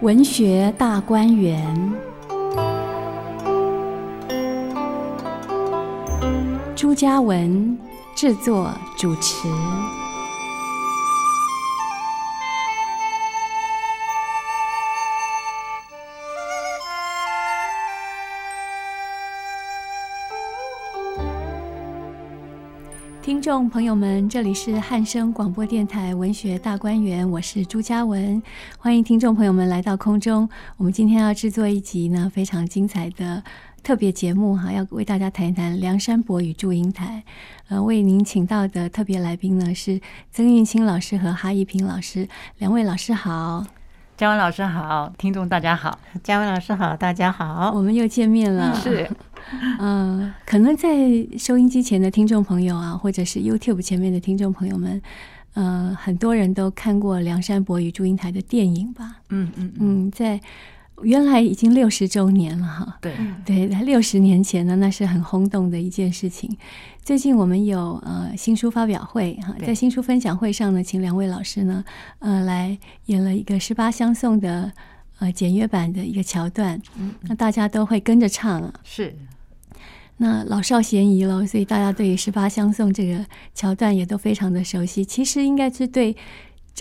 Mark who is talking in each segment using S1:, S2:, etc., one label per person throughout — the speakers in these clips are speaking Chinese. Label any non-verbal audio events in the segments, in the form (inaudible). S1: 文学大观园，朱家文制作主持。听众朋友们，这里是汉声广播电台文学大观园，我是朱嘉文，欢迎听众朋友们来到空中。我们今天要制作一集呢非常精彩的特别节目哈，要为大家谈一谈梁山伯与祝英台。呃，为您请到的特别来宾呢是曾韵清老师和哈一平老师，两位老师好。
S2: 嘉文老师好，听众大家好，
S3: 嘉文老师好，大家好，
S1: 我们又见面了。
S2: 哦是，
S1: (laughs) 嗯，可能在收音机前的听众朋友啊，或者是 YouTube 前面的听众朋友们，呃，很多人都看过《梁山伯与祝英台》的电影吧？
S2: 嗯嗯嗯，
S1: 嗯，在原来已经六十周年了哈。
S2: 对，
S3: 嗯
S1: 对，在六十年前呢，那是很轰动的一件事情。最近我们有呃新书发表会哈，
S2: 对
S1: 在新书分享会上呢，请两位老师呢，呃，来演了一个十八相送的呃简约版的一个桥段，那大家都会跟着唱啊。
S2: 是
S1: 那老少咸宜喽，所以大家对于十八相送这个桥段也都非常的熟悉。其实应该是对，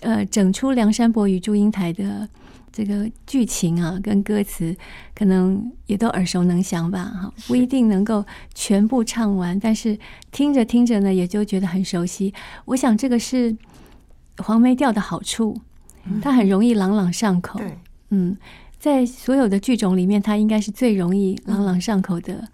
S1: 呃，整出《梁山伯与祝英台》的这个剧情啊，跟歌词可能也都耳熟能详吧，哈，不一定能够全部唱完，但是听着听着呢，也就觉得很熟悉。我想这个是黄梅调的好处，它很容易朗朗上
S2: 哦
S1: 口。
S3: 对，
S1: 嗯，在所有的剧种里面，它应该是最容易
S3: 嗯
S1: 朗朗上口的，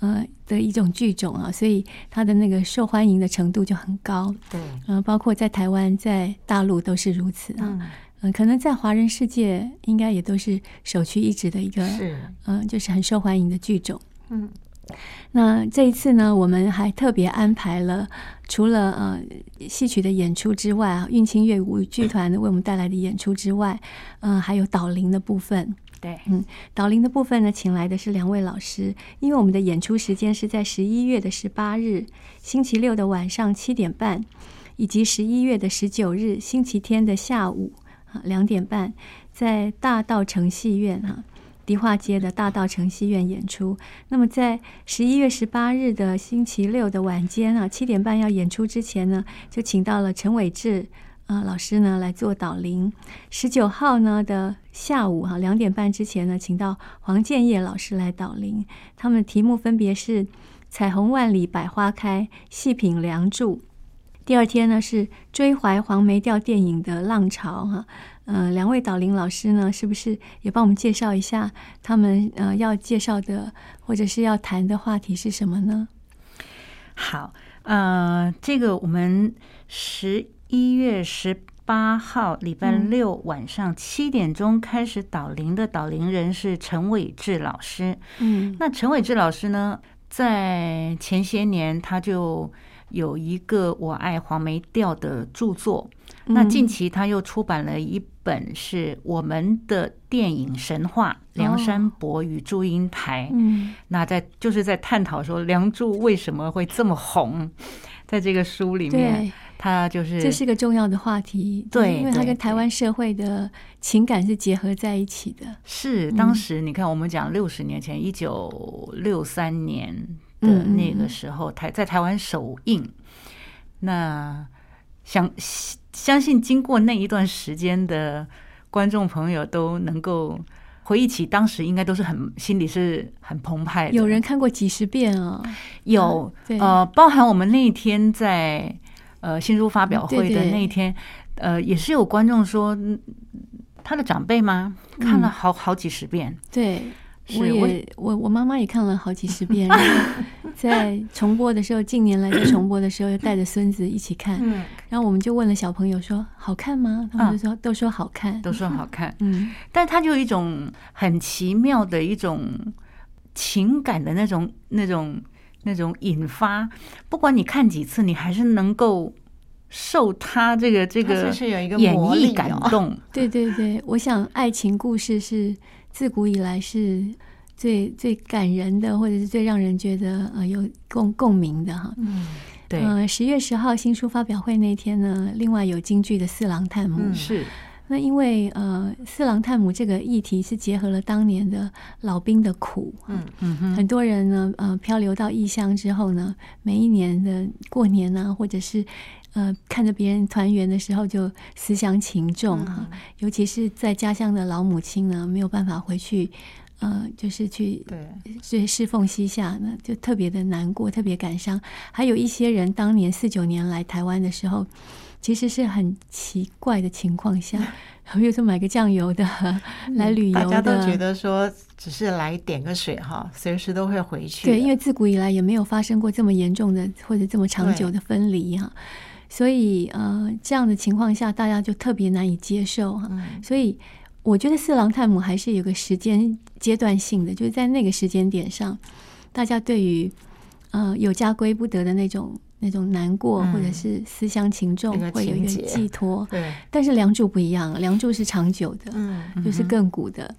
S1: 呃的一种剧种啊，所以它的那个受欢迎的程度就很高。
S3: 对，
S1: 嗯、包括在台湾、在大陆都是如此啊。嗯、
S3: 嗯，
S1: 可能在华人世界，应该也都是首屈一指的一个，
S3: 是，
S1: 嗯、就是很受欢迎的剧种。
S3: 嗯，
S1: 那这一次呢，我们还特别安排了，除了呃戏曲的演出之外啊，韵清乐舞剧团为我们带来的演出之外，嗯、还有导聆的部分。
S2: 对，
S1: 导聆的部分呢，请来的是两位老师，因为我们的演出时间是在十一月的十八日星期六的晚上七点半，以及十一月的十九日星期天的下午啊两点半，在大道城戏院啊。迪化街的大道城戏院演出，那么在十一月十八日的星期六的晚间啊，七点半要演出之前呢，就请到了陈伟志啊、呃老师呢来做导聆。十九号呢的下午哈、两点半之前呢，请到黄建业老师来导聆。他们的题目分别是《彩虹万里百花开》《细品梁祝》。第二天呢是追怀黄梅调电影的浪潮哈、呃，两位导聆老师呢，是不是也帮我们介绍一下他们呃要介绍的或者是要谈的话题是什么呢？
S2: 好，呃，这个我们十一月十八号礼拜六晚上七点钟开始导聆的导聆人是陈伟志老师。
S1: 嗯
S2: 那陈伟志老师呢，在前些年他就有一个《我爱黄梅调》的著作，
S1: 嗯
S2: 那近期他又出版了一本是《我们的电影神话》梁山伯与祝英台。
S1: 嗯
S2: 那在就是在探讨说《梁祝》为什么会这么红，在这个书里面，
S1: 对，
S2: 他就是
S1: 这是个重要的话题，
S2: 嗯对
S1: 因为它
S2: 对
S1: 跟台湾社会的情感是结合在一起的。
S2: 是
S1: 嗯
S2: 当时你看我们讲六十年前，一九六三年的那个时
S1: 嗯
S2: 候，台在台湾首映，那相相信经过那一段时间的观众朋友都能够。回忆起当时，应该都是很心里是很澎湃的。
S1: 有人看过几十遍哦，
S2: 有
S1: 对，
S2: 呃，包含我们那一天在呃新书发表会
S1: 对
S2: 的
S1: 对
S2: 那一天，呃，也是有观众说嗯他的长辈吗？看
S1: 嗯
S2: 了好好几十遍，
S1: 对。
S2: 是
S1: 我
S2: 我
S1: 也我我妈妈也看了好几十
S2: (laughs)
S1: 遍，然后在重播的时候，近年来在重播的时候，又带着孙子一起看，
S3: 嗯，
S1: 然后我们就问了小朋友说好看吗？
S2: 嗯
S1: 他们就说、都说好 (laughs) 看，
S2: 都说好看，
S1: 嗯
S2: 但他就有一种很奇妙的一种情感的那种那种那种引发，不管你看几次，你还是能够受他这个这
S3: 这
S2: 个
S3: 是有一个
S2: 演
S3: 魔力
S2: 绎
S3: 哦
S2: 感，动，
S1: 对对对，我想爱情故事是自古以来是最最感人的，或者是最让人觉得呃有共共鸣的哈。
S3: 嗯，
S2: (laughs) 对，
S1: 呃，十月十号新书发表会那天呢，另外有京剧的《四郎探母》
S3: 嗯
S2: 是
S1: 那因为呃，四郎探母这个议题是结合了当年的老兵的苦，
S2: 嗯嗯哼，
S1: 很多人呢，呃，漂流到异乡之后呢，每一年的过年呐、或者是呃，看着别人团圆的时候，就思乡情重哈、
S2: 嗯
S1: 尤其是在家乡的老母亲呢，没有办法回去，呃，就是去
S2: 对，
S1: 这侍奉西夏呢，就特别的难过，特别感伤。还有一些人当年四九年来台湾的时候，其实是很奇怪的情况下， (laughs) 比如说买个酱油的，来旅游
S3: 嗯大
S1: 的，
S3: 家都觉得说只是来点个水哈，随时都会回去的。
S1: 对，因为自古以来也没有发生过这么严重的或者这么长久的分离哈、所以呃，这样的情况下，大家就特别难以接受哈、
S3: 嗯
S1: 所以我觉得四郎探母还是有个时间阶段性的，就是在那个时间点上，大家对于呃有家归不得的那种那种难过、
S3: 嗯
S1: 或者是思乡情重
S3: 那个，
S1: 会有一
S3: 情
S1: 个
S3: 节
S1: 寄托。
S3: 对，
S1: 但是梁祝不一样，梁祝是长久的，
S3: 嗯，
S1: 就是亘古的。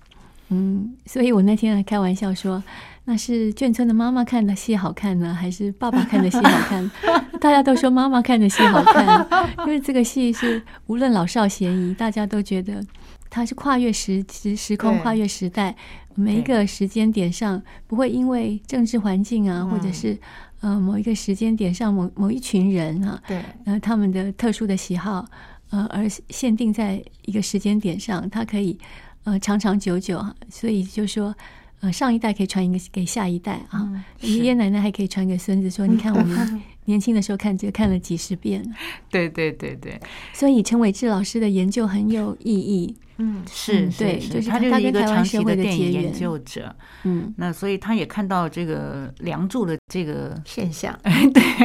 S1: 嗯，所以我那天还开玩笑说，那是眷村的妈妈看的戏好看呢，还是爸爸看的戏好看？ (laughs) 大家都说妈妈看的戏好看，因为这个戏是无论老少咸宜，大家都觉得它是跨越时时时空、
S3: 对
S1: 跨越时代，每一个时间点上不会因为政治环境啊，或者
S3: 嗯
S1: 是呃某一个时间点上某某一群人啊，
S3: 对，嗯
S1: 呃，他们的特殊的喜好，呃，而限定在一个时间点上，它可以呃长长久久啊。所以就说，呃，上一代可以传一个给下一代啊，
S2: 嗯
S1: 爷爷奶奶还可以传给孙子说，你看我们年轻的时候看这个看了几十
S2: (laughs)
S1: 遍，
S2: 对对对对，
S1: 所以陈伟志老师的研究很有意
S2: (laughs)
S1: 义。
S3: 嗯，
S2: 是
S1: 嗯对
S2: 是，
S1: 就是是
S2: 他
S1: 他
S2: 就是一
S1: 跟
S2: 个
S1: 台湾
S2: 长
S1: 社
S2: 期
S1: 会的
S2: 的电
S1: 结
S2: 影研
S1: 缘
S2: 究者，
S1: 嗯，
S2: 那所以他也看到这个《梁祝》的这个
S3: 现象，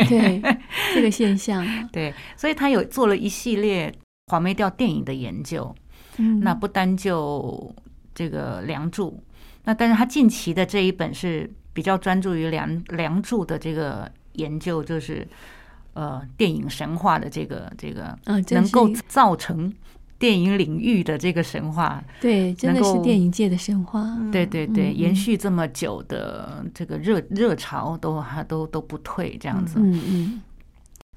S1: 对这个现象啊，
S2: (laughs) 对，所以他有做了一系列黄梅调电影的研究，
S1: 嗯，
S2: 那不单就这个《梁祝》，那但是他近期的这一本是比较专注于梁《梁祝》的这个研究，就是呃电影神话的这个这个
S1: 啊，真
S2: 能
S1: 是
S2: 够
S1: 一
S2: 造成电影领域的这个神话，
S1: 对，真的
S2: 能
S1: 是
S2: 够
S1: 电影界的神话。
S2: 对对对，
S1: 嗯
S2: 延续这么久的这个热热潮都还都都不退这样子，
S1: 嗯嗯，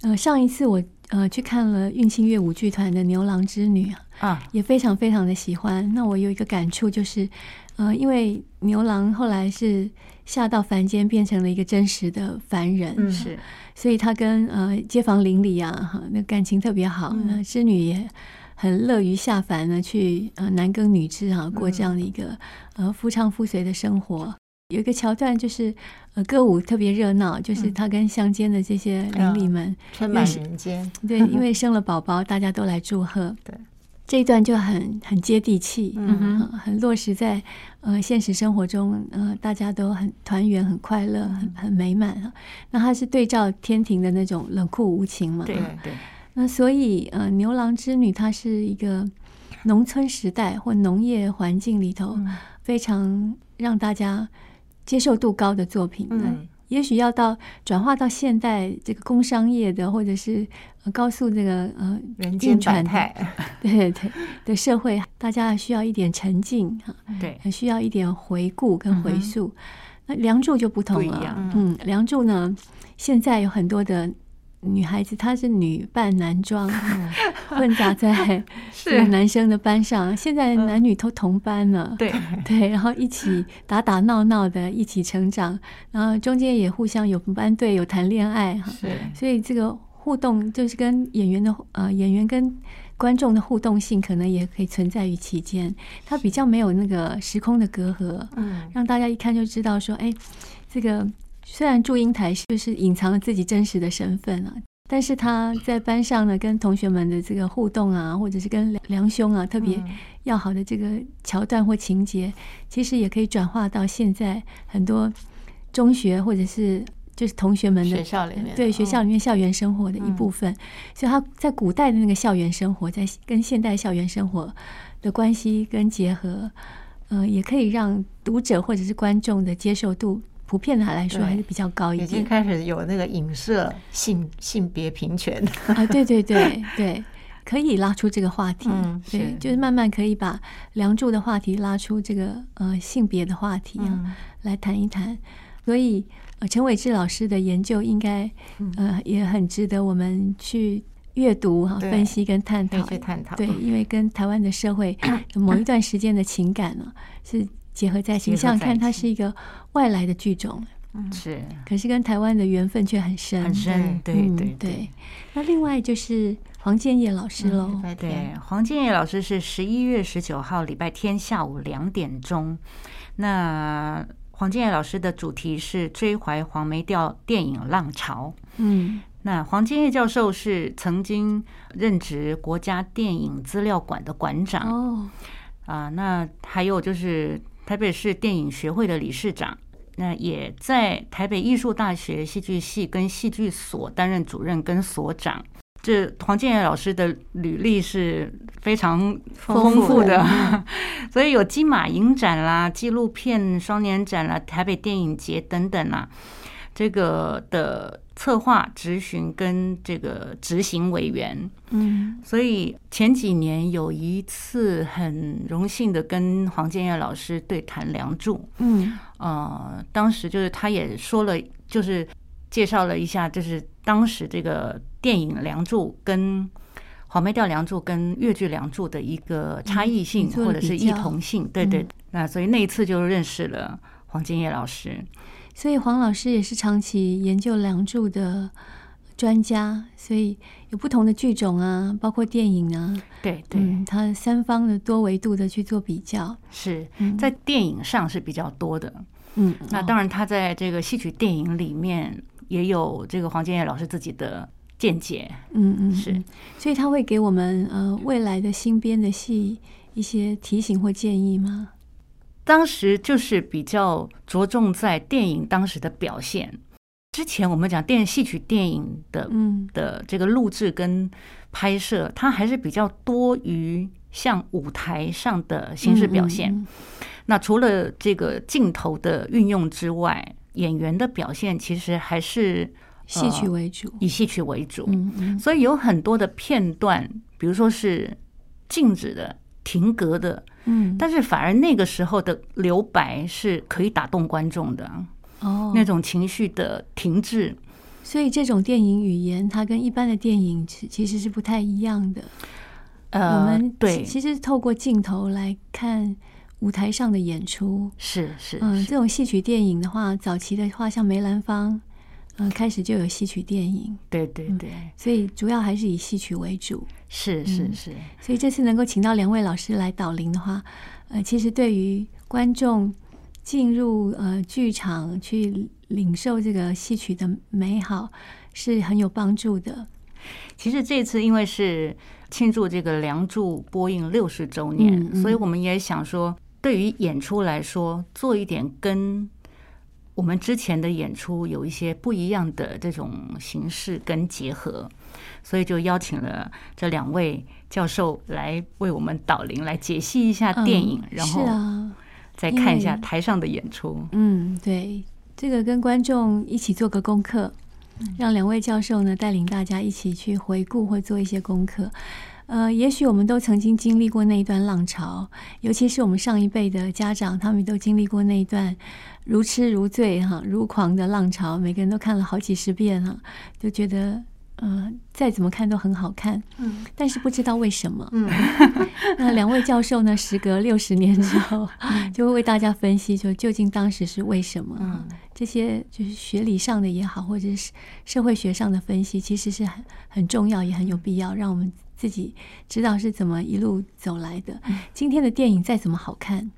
S1: 呃，上一次我呃去看了运庆乐舞剧团的《牛郎织女》啊，
S2: 啊，
S1: 也非常非常的喜欢。那我有一个感触就是，呃，因为牛郎后来是下到凡间，变成了一个真实的凡人，
S3: 嗯
S2: 是
S1: 所以他跟呃街坊邻里啊，哈，那感情特别好。
S3: 嗯
S1: 那织女也很乐于下凡呢，去呃男耕女织
S3: 嗯
S1: 啊，过这样的一个、呃夫唱妇随的生活。有一个桥段就是，呃，歌舞特别热闹，就是
S3: 嗯
S1: 他跟乡间的这些邻里们，
S3: 春满人间，
S1: 对，因为生了宝宝，大家都来祝贺。
S3: 对，
S1: 这一段就很很接地气，
S2: 嗯哼
S1: 呃很落实在呃现实生活中，呃，大家都很团圆、很快乐、很很美满啊。那它是对照天庭的那种冷酷无情嘛？
S2: 对
S3: 嗯
S2: 对，
S1: 那所以呃，牛郎织女它是一个农村时代或农业环境里头
S3: 嗯
S1: 非常让大家接受度高的作品。啊那
S3: 嗯，
S1: 也许要到转化到现代这个工商业的，或者是呃高速这个呃 (laughs)
S3: 人间百
S1: 运传
S3: 态， (laughs)
S1: 对对的社会，大家需要一点沉静哈，
S2: 对，
S1: 很需要一点回顾跟回溯。那《梁祝》就不同
S2: 嗯不一
S1: 了
S2: 样，
S1: 嗯，《梁祝》呢，现在有很多的女孩子，她是女扮男
S2: (laughs)
S1: 装，混杂在这个男生的班
S2: 嗯
S1: 上。现在男女都同班了，
S2: 对，
S1: 对，然后一起打打闹闹的，一起成长，然后中间也互相有班队，有谈恋爱哈，
S2: 是
S1: 所以这个互动就是跟演员的呃演员跟观众的互动性，可能也可以存在于其间，它比较没有那个时空的隔阂，
S3: 嗯，
S1: 让大家一看就知道说，哎，这个虽然祝英台是就是隐藏了自己真实的身份啊。但是他在班上呢，跟同学们的这个互动啊，或者是跟梁梁兄啊，特别
S3: 嗯
S1: 要好的这个桥段或情节，其实也可以转化到现在很多中学或者是就是同学们的
S3: 学校里面
S1: 对学校
S3: 嗯
S1: 里面校园生活的一部分。所以他在古代的那个校园生活，在跟现代校园生活的关系跟结合，呃，也可以让读者或者是观众的接受度。普遍的来说
S3: 对
S1: 还是比较高一
S3: 已经
S1: 点
S3: 开始有那个影射性性别平权，
S1: 啊，对对对对，可以拉出这个话题，
S3: 嗯
S1: 对
S2: 是，
S1: 就是慢慢可以把《梁祝》的话题拉出这个呃性别的话题啊，
S3: 嗯
S1: 来谈一谈。所
S2: 嗯
S1: 以，呃，陈伟志老师的研究应该，呃，也很值得我们去阅读哈、
S3: 对
S1: 分析跟探
S3: 可以
S1: 讨。
S3: 去探讨。
S1: 对，哦因为跟台湾的社
S2: (coughs)
S1: 会某一段时间的情感呢、是结合在一起。你
S2: 结合
S1: 想想
S2: 在
S1: 看，
S2: 一
S1: 它
S2: 起
S1: 是一个外来的剧种，
S2: 是
S1: 可是跟台湾的缘分却很深。
S2: 很深，对
S1: 嗯
S2: 对
S1: 对。那另外就是黄建业老师喽
S2: 嗯
S3: 礼，拜天
S2: 对，黄建业老师是十一月十九号礼拜天下午两点钟。那黄建业老师的主题是追怀黄梅调电影浪潮。
S1: 嗯
S2: 那黄建业教授是曾经任职国家电影资料馆的馆长啊、
S1: 哦，
S2: 那还有就是台北市电影学会的理事长，那也在台北艺术大学戏剧系跟戏剧所担任主任跟所长。这黄建业老师的履历是非常丰富的， (laughs) 所以有金马影展啦、纪录片双年展啦、台北电影节等等啦、这个的策划、执行跟这个执行委员。
S1: 嗯
S2: 所以前几年有一次很荣幸的跟黄建业老师对谈《梁祝》，
S1: 嗯
S2: 呃，当时就是他也说了，就是介绍了一下，就是当时这个电影《梁祝》跟黄梅调《梁祝》跟越剧《梁祝》的一个差异性
S1: 嗯做了
S2: 或者是
S1: 比
S2: 异
S1: 较
S2: 同性，对对
S1: 嗯。
S2: 那所以那一次就认识了黄建业老师，
S1: 所以黄老师也是长期研究《梁祝》的专家，所以有不同的剧种啊，包括电影啊，
S2: 对对，
S1: 嗯，他三方的多维度的去做比较，
S2: 是
S1: 嗯
S2: 在电影上是比较多的。
S1: 嗯，
S2: 那
S1: 哦
S2: 当然，他在这个戏曲电影里面也有这个黄建业老师自己的见解，
S1: 嗯嗯
S2: 是
S1: 嗯所以他会给我们呃未来的新编的戏一些提醒或建议吗？
S2: 当时就是比较着重在电影当时的表现。之前我们讲电戏曲电影的
S1: 嗯
S2: 的这个录制跟拍摄，它还是比较多于像舞台上的形式表现。呃
S1: 嗯
S2: 那除了这个镜头的运用之外，演员的表现其实还是
S1: 戏曲为主，
S2: 以戏曲为主。
S1: 嗯嗯
S2: 所以有很多的片段，比如说是静止的、停格的，
S1: 嗯，
S2: 但是反而那个时候的留白是可以打动观众的，
S1: 哦，
S2: 那种情绪的停滞。
S1: 所以这种电影语言，它跟一般的电影其其实是不太一样的。
S2: 呃，
S1: 我们
S2: 对
S1: 其，其实透过镜头来看舞台上的演出，
S2: 是是
S1: 嗯，
S2: 是，
S1: 这种戏曲电影的话，早期的话，像梅兰芳，嗯、开始就有戏曲电影，
S2: 对对对，
S1: 所以主要还是以戏曲为主。
S2: 是是
S1: 嗯
S2: 是，
S1: 所以这次能够请到两位老师来导聆的话，呃，其实对于观众进入呃剧场去领受这个戏曲的美好是很有帮助的。
S2: 其实这次因为是庆祝这个《梁祝》播映六十周年，
S1: 嗯嗯
S2: 所以我们也想说，对于演出来说，做一点跟我们之前的演出有一些不一样的这种形式跟结合，所以就邀请了这两位教授来为我们导聆，来解析一下啊电影，
S1: 嗯
S2: 然
S1: 是
S2: 后
S1: 啊，
S2: 再看一
S1: 因
S2: 下
S1: 为
S2: 台上的演出。
S1: 嗯，对，这个跟观众一起做个功课，让两位教授呢带领大家一起去回顾或做一些功课。呃，也许我们都曾经经历过那一段浪潮，尤其是我们上一辈的家长，他们都经历过那一段如痴如醉哈、如狂的浪潮，每个人都看了好几十遍哈、就觉得呃再怎么看都很好看，
S3: 嗯
S1: 但是不知道为什么，
S3: 嗯，
S1: (laughs) 那两位教授呢，时隔六十年之后，就会为大家分析说，究竟当时是为什么？
S3: 嗯
S1: 这些就是学理上的也好，或者是社会学上的分析，其实是很很重要，也很有必要，让我们自己知道是怎么一路走来的。
S3: 嗯
S1: 今天的电影再怎么好看，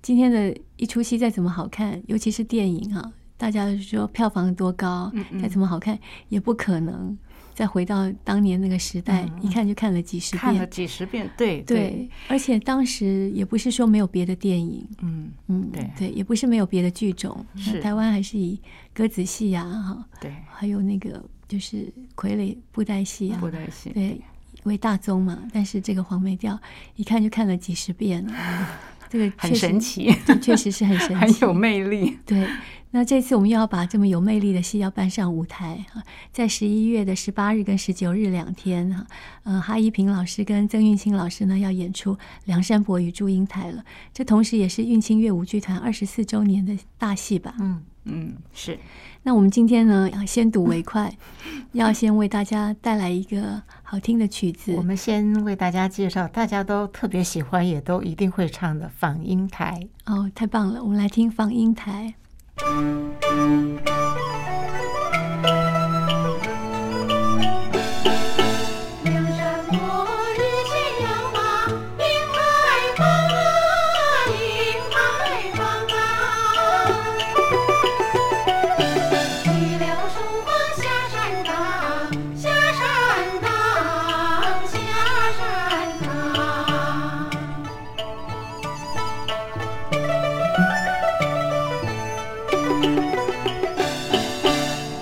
S1: 今天的一出戏再怎么好看，尤其是电影哈、大家说票房多高，
S3: 嗯
S1: 再怎么好看也不可能再回到当年那个时代，一看就看了几十遍，
S2: 嗯看了几十遍，对
S1: 对，而且当时也不是说没有别的电影，
S2: 嗯，
S1: 嗯，
S2: 对
S1: 也不是没有别的剧种。那
S2: 是
S1: 台湾还是以歌子戏呀、哈，
S2: 对，
S1: 还有那个就是傀儡布袋戏啊，
S2: 不担心，
S1: 对，为大宗嘛。但是这个黄梅调一看就看了
S2: (laughs)
S1: 几十遍了，这个
S2: 很
S1: 确实
S2: 神，奇， (laughs)
S1: 这确实是很神奇，
S2: 很有魅力。
S1: 对，那这次我们又要把这么有魅力的戏要搬上舞台哈，在十一月的十八日跟十九日两天哈，呃，哈一平老师跟曾运清老师呢要演出《梁山伯与祝英台》了，这同时也是运清乐舞剧团二十四周年的大戏吧。
S3: 嗯，
S2: 嗯，是
S1: 那我们今天呢，要先睹为快， (laughs) 要先为大家带来一个好听的曲子
S3: 我。们先为大家介绍大家都特别喜欢，也都一定会唱的《访英台》。
S1: 哦，太棒了！我们来听放音台。
S4: 梁山伯日夕阳啊，迎来风啊，迎来风啊！一柳树啊，下山岗，下山岗，下山岗。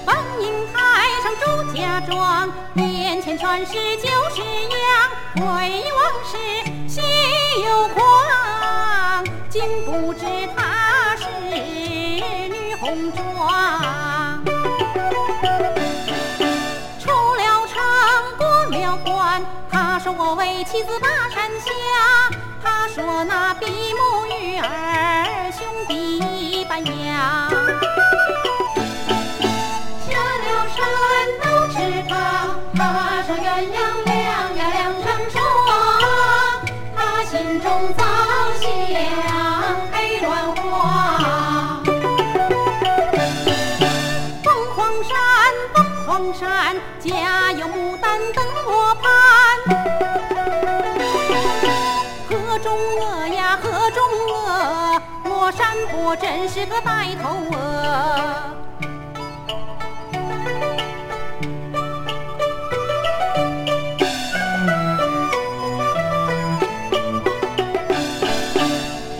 S4: 放映台上朱家庄，眼前全是旧时样，回望时心有狂，竟不知她是女红妆。出了城，过了关，他说我为妻子把山下，他说那比目鱼儿兄弟一般样。下了山都吃糠，他说鸳鸯两呀两成双，他心中早想黑鸾花。凤凰山，凤凰山，家有牡丹等我盼。河中鹅呀，河中鹅，我山伯真是个呆头鹅。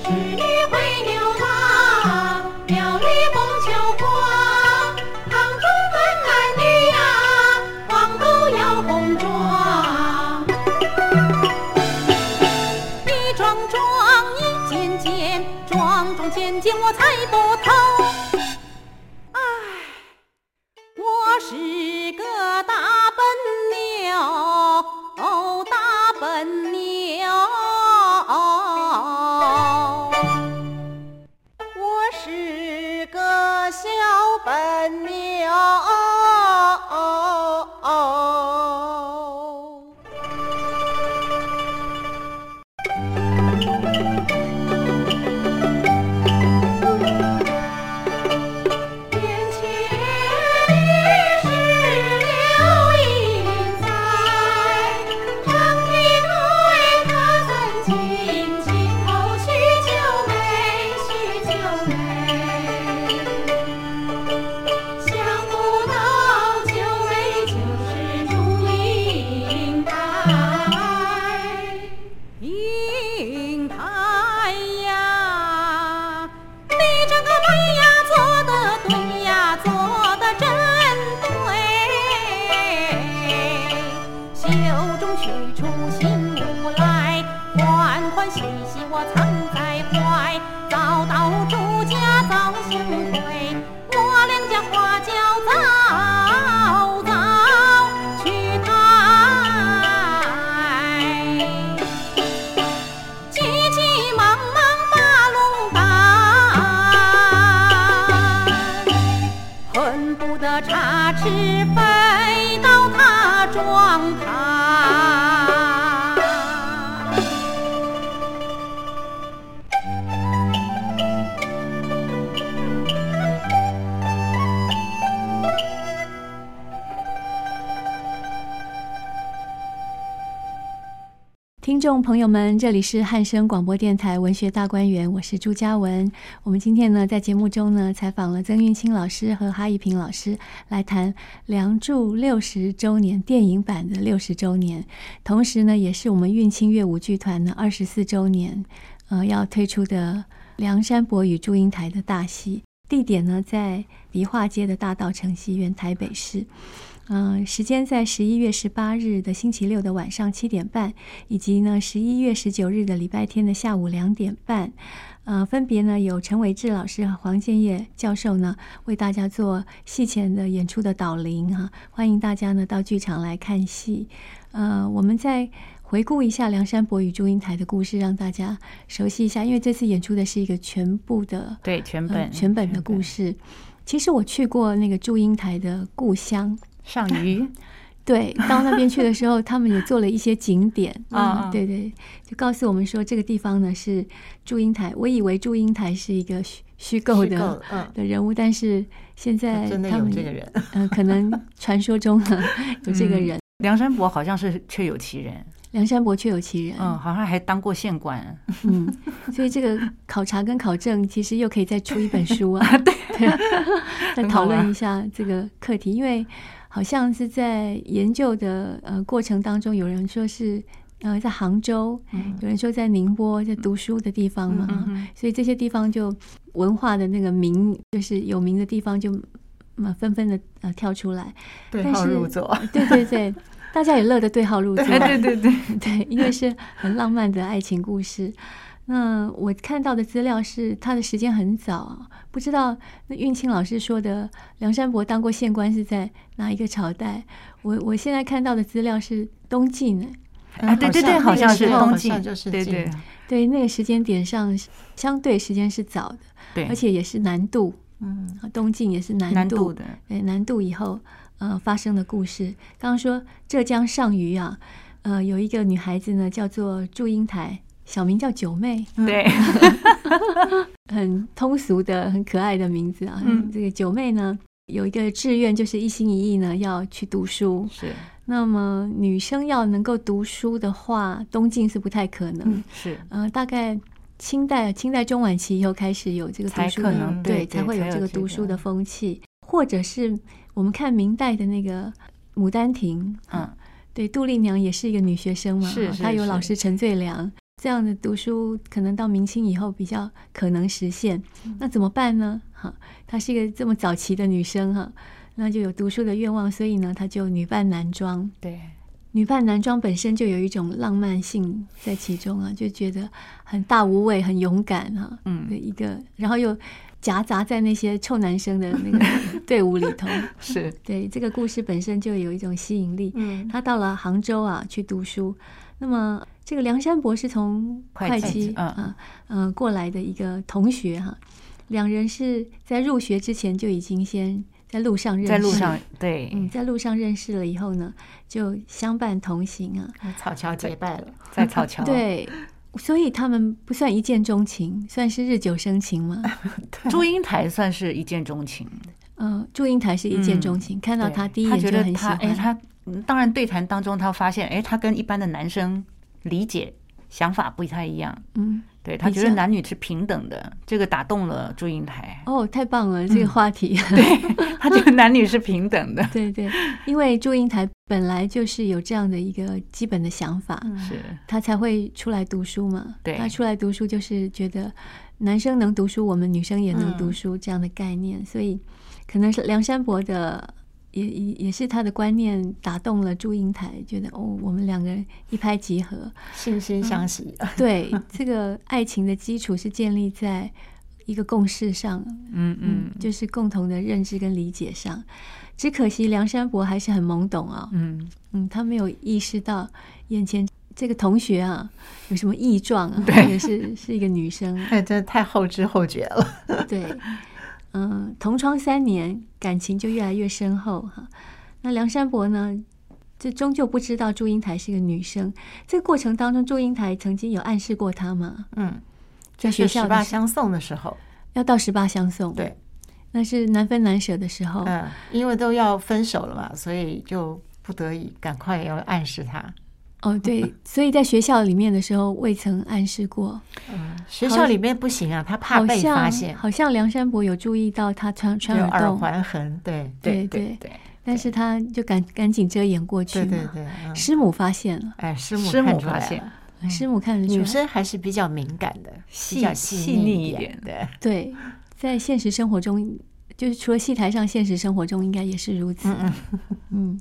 S4: 织女会牛郎，庙里供秋光，堂中观男女呀，皇后要红妆。一桩桩，一件件，桩桩件件我猜不透。唉，我是个大笨鸟，哦，大笨鸟。我是个小笨鸟。眼前的是柳影在，长亭外他怎尽情头叙旧泪，叙旧泪。想不到旧泪就是祝英台。英台呀，你这个对呀，做的对呀，做的真对。袖中取出新物来，欢欢喜喜我藏在怀。早到朱家早相会，我两家花轿早早去抬。急急忙忙把路搬，恨不得插翅飞到他妆台。
S1: 听众朋友们，这里是汉声广播电台文学大观园，我是朱嘉文。我们今天呢，在节目中呢，采访了曾运清老师和哈一平老师，来谈《梁祝》六十周年电影版的六十周年，同时呢，也是我们运清乐舞剧团的二十四周年，呃，要推出的《梁山伯与祝英台》的大戏，地点呢在迪化街的大道城戏院，台北市。嗯、时间在十一月十八日的星期六的晚上七点半，以及呢十一月十九日的礼拜天的下午两点半。呃，分别呢有陈伟志老师和黄建业教授呢为大家做戏前的演出的导聆哈、欢迎大家呢到剧场来看戏。呃，我们再回顾一下梁山伯与祝英台的故事，让大家熟悉一下，因为这次演出的是一个全部的
S2: 对，全
S1: 呃
S2: 本、
S1: 全本的故，事。其实我去过那个祝英台的故乡，
S2: 上
S1: (laughs)
S2: 虞
S1: 对，到那边去的时候，他们也做了一些景
S3: (laughs)
S1: 点
S2: 啊
S1: 嗯对对，就告诉我们说这个地方呢是祝英台。我以为祝英台是一个虚虚构
S3: 虚构
S1: 的
S3: 嗯，
S1: 的人物，但是现在
S3: 真的
S1: 他
S3: 有
S1: 们
S3: 这个人，
S1: 呃，可能传说
S3: (laughs)
S1: 中呢有这个
S2: 嗯
S1: 人，
S2: 梁山伯好像是确有其人，
S1: 梁山伯确有其人。
S2: 嗯，好像还当过县官， (laughs)
S1: 嗯，所以这个考察跟考证其实又可以再出一本书
S2: (laughs)
S1: 啊，对， (laughs) 再
S2: 很好
S1: 讨
S2: 玩
S1: 论一下这个课题，因为好像是在研究的呃过程当中，有人说是呃在杭州，
S3: 嗯
S1: 有人说在宁波，在读书的地方嘛，
S2: 嗯哼
S1: 所以这些地方就文化的那个名，就是有名的地方就嗯纷纷的呃跳出来，
S3: (laughs) 对
S1: 但
S3: 号
S1: 是
S3: 入
S2: (laughs)
S3: 座，
S1: 对对对，大家也乐得对号入座，
S2: 哎，对对
S1: (laughs)
S2: 对，
S1: 对，因为是很浪漫的爱情故事。那我看到的资料是，他的时间很早，不知道那运庆老师说的梁山伯当过县官是在哪一个朝代？我我现在看到的资料是东晋呢，
S3: (laughs)
S2: 啊，对对对，好像是
S3: 那个时候
S2: 东
S3: 好
S2: 晋
S3: 像就是，
S2: 对对
S3: 晋
S1: 对，那个时间点上是相对时间是早的，
S2: 对，
S1: 而且也是南渡，
S3: 嗯，
S1: 啊东晋也是
S2: 难
S1: 南渡
S2: 度的，
S1: 对，南渡以后呃发生的故事。刚刚说浙江上虞啊，呃有一个女孩子呢叫做祝英台，小名叫九妹，
S2: 对，
S1: 嗯很通俗的、很可爱的名字啊。
S2: 嗯
S1: 这个九妹呢，有一个志愿就是一心一意呢要去读书。
S2: 是
S1: 那么女生要能够读书的话，东晋是不太可能。
S2: 是，
S1: 呃，大概清代、清代中晚期以后开始有这个读
S2: 才
S1: 书
S2: 可
S1: 的，
S2: 能
S3: 嗯
S1: 对，
S2: 对
S1: 才会有这个读书的
S2: 风，
S1: 风气，或者是我们看明代的那个《牡丹亭》，啊
S2: 嗯，
S1: 对，杜丽娘也是一个女学生嘛，
S2: 是
S1: 哈
S2: 是
S1: 她有
S2: 是
S1: 老师陈最良这样的读书，可能到明清以后比较可能实现。
S2: 嗯
S1: 那怎么办呢？哈，她是一个这么早期的女生哈，那就有读书的愿望，所以呢，她就女扮男装。
S2: 对，
S1: 女扮男装本身就有一种浪漫性在其中啊，就觉得很大无畏、很勇敢哈、的
S2: 嗯，
S1: 一个，然后又夹杂在那些臭男生的那
S2: (laughs)
S1: 个队伍里头。
S2: 是
S1: 对，这个故事本身就有一种吸引力。
S3: 嗯，
S1: 他到了杭州啊去读书。那么这个梁山伯是从会
S2: 会计
S1: 计
S2: 嗯
S1: 啊呃过来的一个同学哈、两人是在入学之前就已经先在路上认识，
S2: 在路上，对，
S1: 嗯，在路上认识了以后呢，就相伴同行啊，
S3: 草桥结拜了，
S2: 在草
S1: (laughs)
S2: 桥，，
S1: 对。所以他们不算一见钟情，算是日久生情嘛。
S2: 啊祝英台算是一见钟情，
S1: 嗯，祝英台是一见钟情， (laughs) 看到
S2: 对
S1: 他第一
S2: 他
S1: 眼
S2: 觉
S1: 就
S2: 得
S1: 很喜
S2: 他，
S1: 欢。
S2: 哎，他嗯当然对谈当中他发现，哎，他跟一般的男生理解想法不太一样，
S1: 嗯，
S2: 对他
S1: 比
S2: 觉得
S1: 较
S2: 男女是平等的，这个打动了祝英台， (laughs)
S1: 哦，太棒
S2: 嗯
S1: 了，这个话题。，
S2: 他觉得男女是平等的
S1: 对对，因为祝英台本来就是有这样的一个基本的想法，
S2: 是
S1: 她才会出来读书嘛。
S2: 对
S1: 她出来读书就是觉得男生能读书，我们女生也能读书这样的概念，所以可能是梁山伯的。也也也是他的观念打动了祝英台，觉得哦，我们两个人一拍即合。
S3: 惺惺相惜，
S1: 对，这个爱情的基础是建立在一个共识上，
S2: 嗯嗯
S1: 嗯，就是共同的认知跟理解上。只可惜梁山伯还是很懵懂啊、
S2: 嗯，
S1: 嗯，他没有意识到眼前这个同学啊有什么异状啊，
S2: 对
S1: 也是是一个女生， (laughs)
S3: 哎，真的太后知后觉了，
S1: 对，嗯，同窗三年，感情就越来越深厚哈。那梁山伯呢，这终究不知道祝英台是个女生。这个过程当中，祝英台曾经有暗示过他吗？
S3: 嗯，
S1: 在学校的
S3: 十八
S1: 时
S3: 相送的时候，
S1: 要到十八相送，
S3: 对，
S1: 那是难分难舍的时候。
S3: 嗯，因为都要分手了嘛，所以就不得已赶快要暗示他。
S1: 哦，
S3: (laughs)
S1: 对，所以在学校里面的时候未曾暗示过，
S3: 学校里面不行啊，他怕
S1: 好
S3: 被
S1: 像
S3: 发现，
S1: 好像梁山伯有注意到他穿
S3: 有
S1: 穿耳
S3: 耳
S1: 洞，
S3: 环痕，对
S1: 对
S2: 对
S1: 对但是他就赶赶紧遮掩过去
S3: 对
S1: 嘛。
S3: 对对，嗯
S1: 师母发现了，
S3: 哎，师母
S2: 师母
S3: 看出
S2: 发
S3: 来
S2: 现
S3: 了，
S1: 师母看得出来。
S3: 女生还是比较敏感的，
S2: 细
S3: 比较
S2: 细腻
S3: 腻
S2: 一
S3: 点，
S2: 点
S3: 对，
S1: 对，在现实 (laughs) 生活中，就是除了戏台上，现实生活中应该也是如此。嗯嗯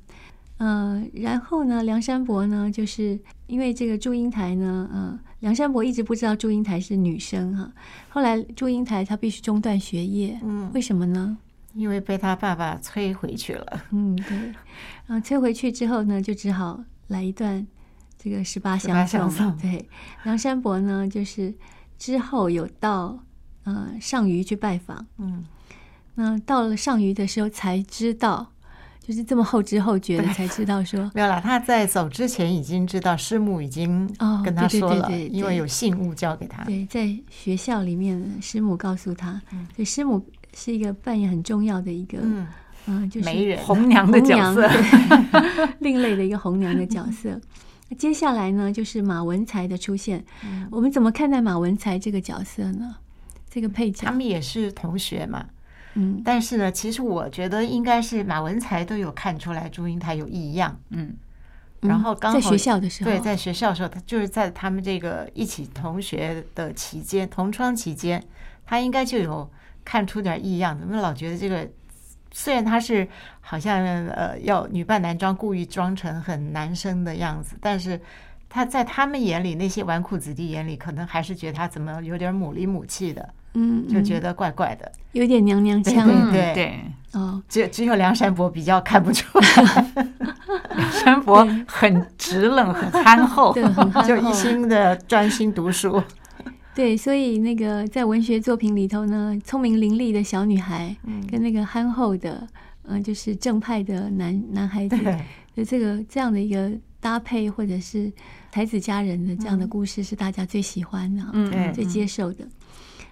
S1: 呃，然后呢，梁山伯呢，就是因为这个祝英台呢，呃，梁山伯一直不知道祝英台是女生哈、后来祝英台她必须中断学业，
S3: 嗯，
S1: 为什么呢？
S3: 因为被他爸爸催回去了，
S1: 嗯，对，啊，催回去之后呢，就只好来一段这个十八相
S3: 十八相送
S1: 对，梁山伯呢，就是之后有到呃上虞去拜访，
S3: 嗯，
S1: 那到了上虞的时候才知道，就是这么后知后觉的才知道
S3: (laughs)
S1: 说，
S3: 没有啦，他在走之前已经知道师母已经
S1: 哦
S3: 跟他
S1: 对对
S3: 说
S1: 对
S3: 了，
S1: 对
S3: 因为
S1: 对
S3: 有信物交给他，
S1: 对，在学校里面，师母告诉他，对，师母是一个扮演很重要的一个，嗯、
S3: 嗯，
S1: 就是
S3: 媒人
S2: 红娘
S3: (laughs)
S2: 的角色，
S1: 红娘 (laughs) 对另类的一个红娘的角
S3: (laughs)
S1: 色。那接下来呢，就是马文才的出现。
S3: 嗯
S1: 我们怎么看待马文才这个角色呢？这个配角
S3: 他，们也是同学嘛，
S1: 嗯，
S3: 但是呢，其实我觉得应该是马文才都有看出来朱英台有异样，
S2: 嗯，
S3: 然
S1: 嗯
S3: 后刚好
S1: 在学校的时候，
S3: 对，在学校的时候，他就是在他们这个一起同学的期间，同窗期间，他应该就有看出点异样，怎么老觉得这个。虽然他是好像呃要女扮男装，故意装成很男生的样子，但是他在他们眼里，那些纨绔子弟眼里，可能还是觉得他怎么有点母里母气的，
S1: 嗯，
S3: 就
S1: 嗯
S3: 觉得怪怪的。
S1: 有点娘娘腔
S3: 对
S2: 嗯
S3: 对
S2: 对，
S3: (laughs)
S1: 哦。
S3: 只只有梁山伯比较看
S1: (laughs)
S3: 不出来，
S2: 山伯很直冷，很憨厚
S1: 对，，很憨
S3: 就一
S1: 厚
S3: 心的专心读书。
S1: (laughs) 对，所以那个在文学作品里头呢，聪明伶俐的小女孩
S3: 嗯
S1: 跟那个憨厚的，嗯、就是正派的男男
S3: (laughs)
S1: 孩子，
S3: 对，
S1: 就这个这样的一个搭配，或者是才子佳人的这
S3: 嗯
S1: 样的故事，是大家最喜欢的，
S2: 嗯
S3: 对
S1: 最接受的。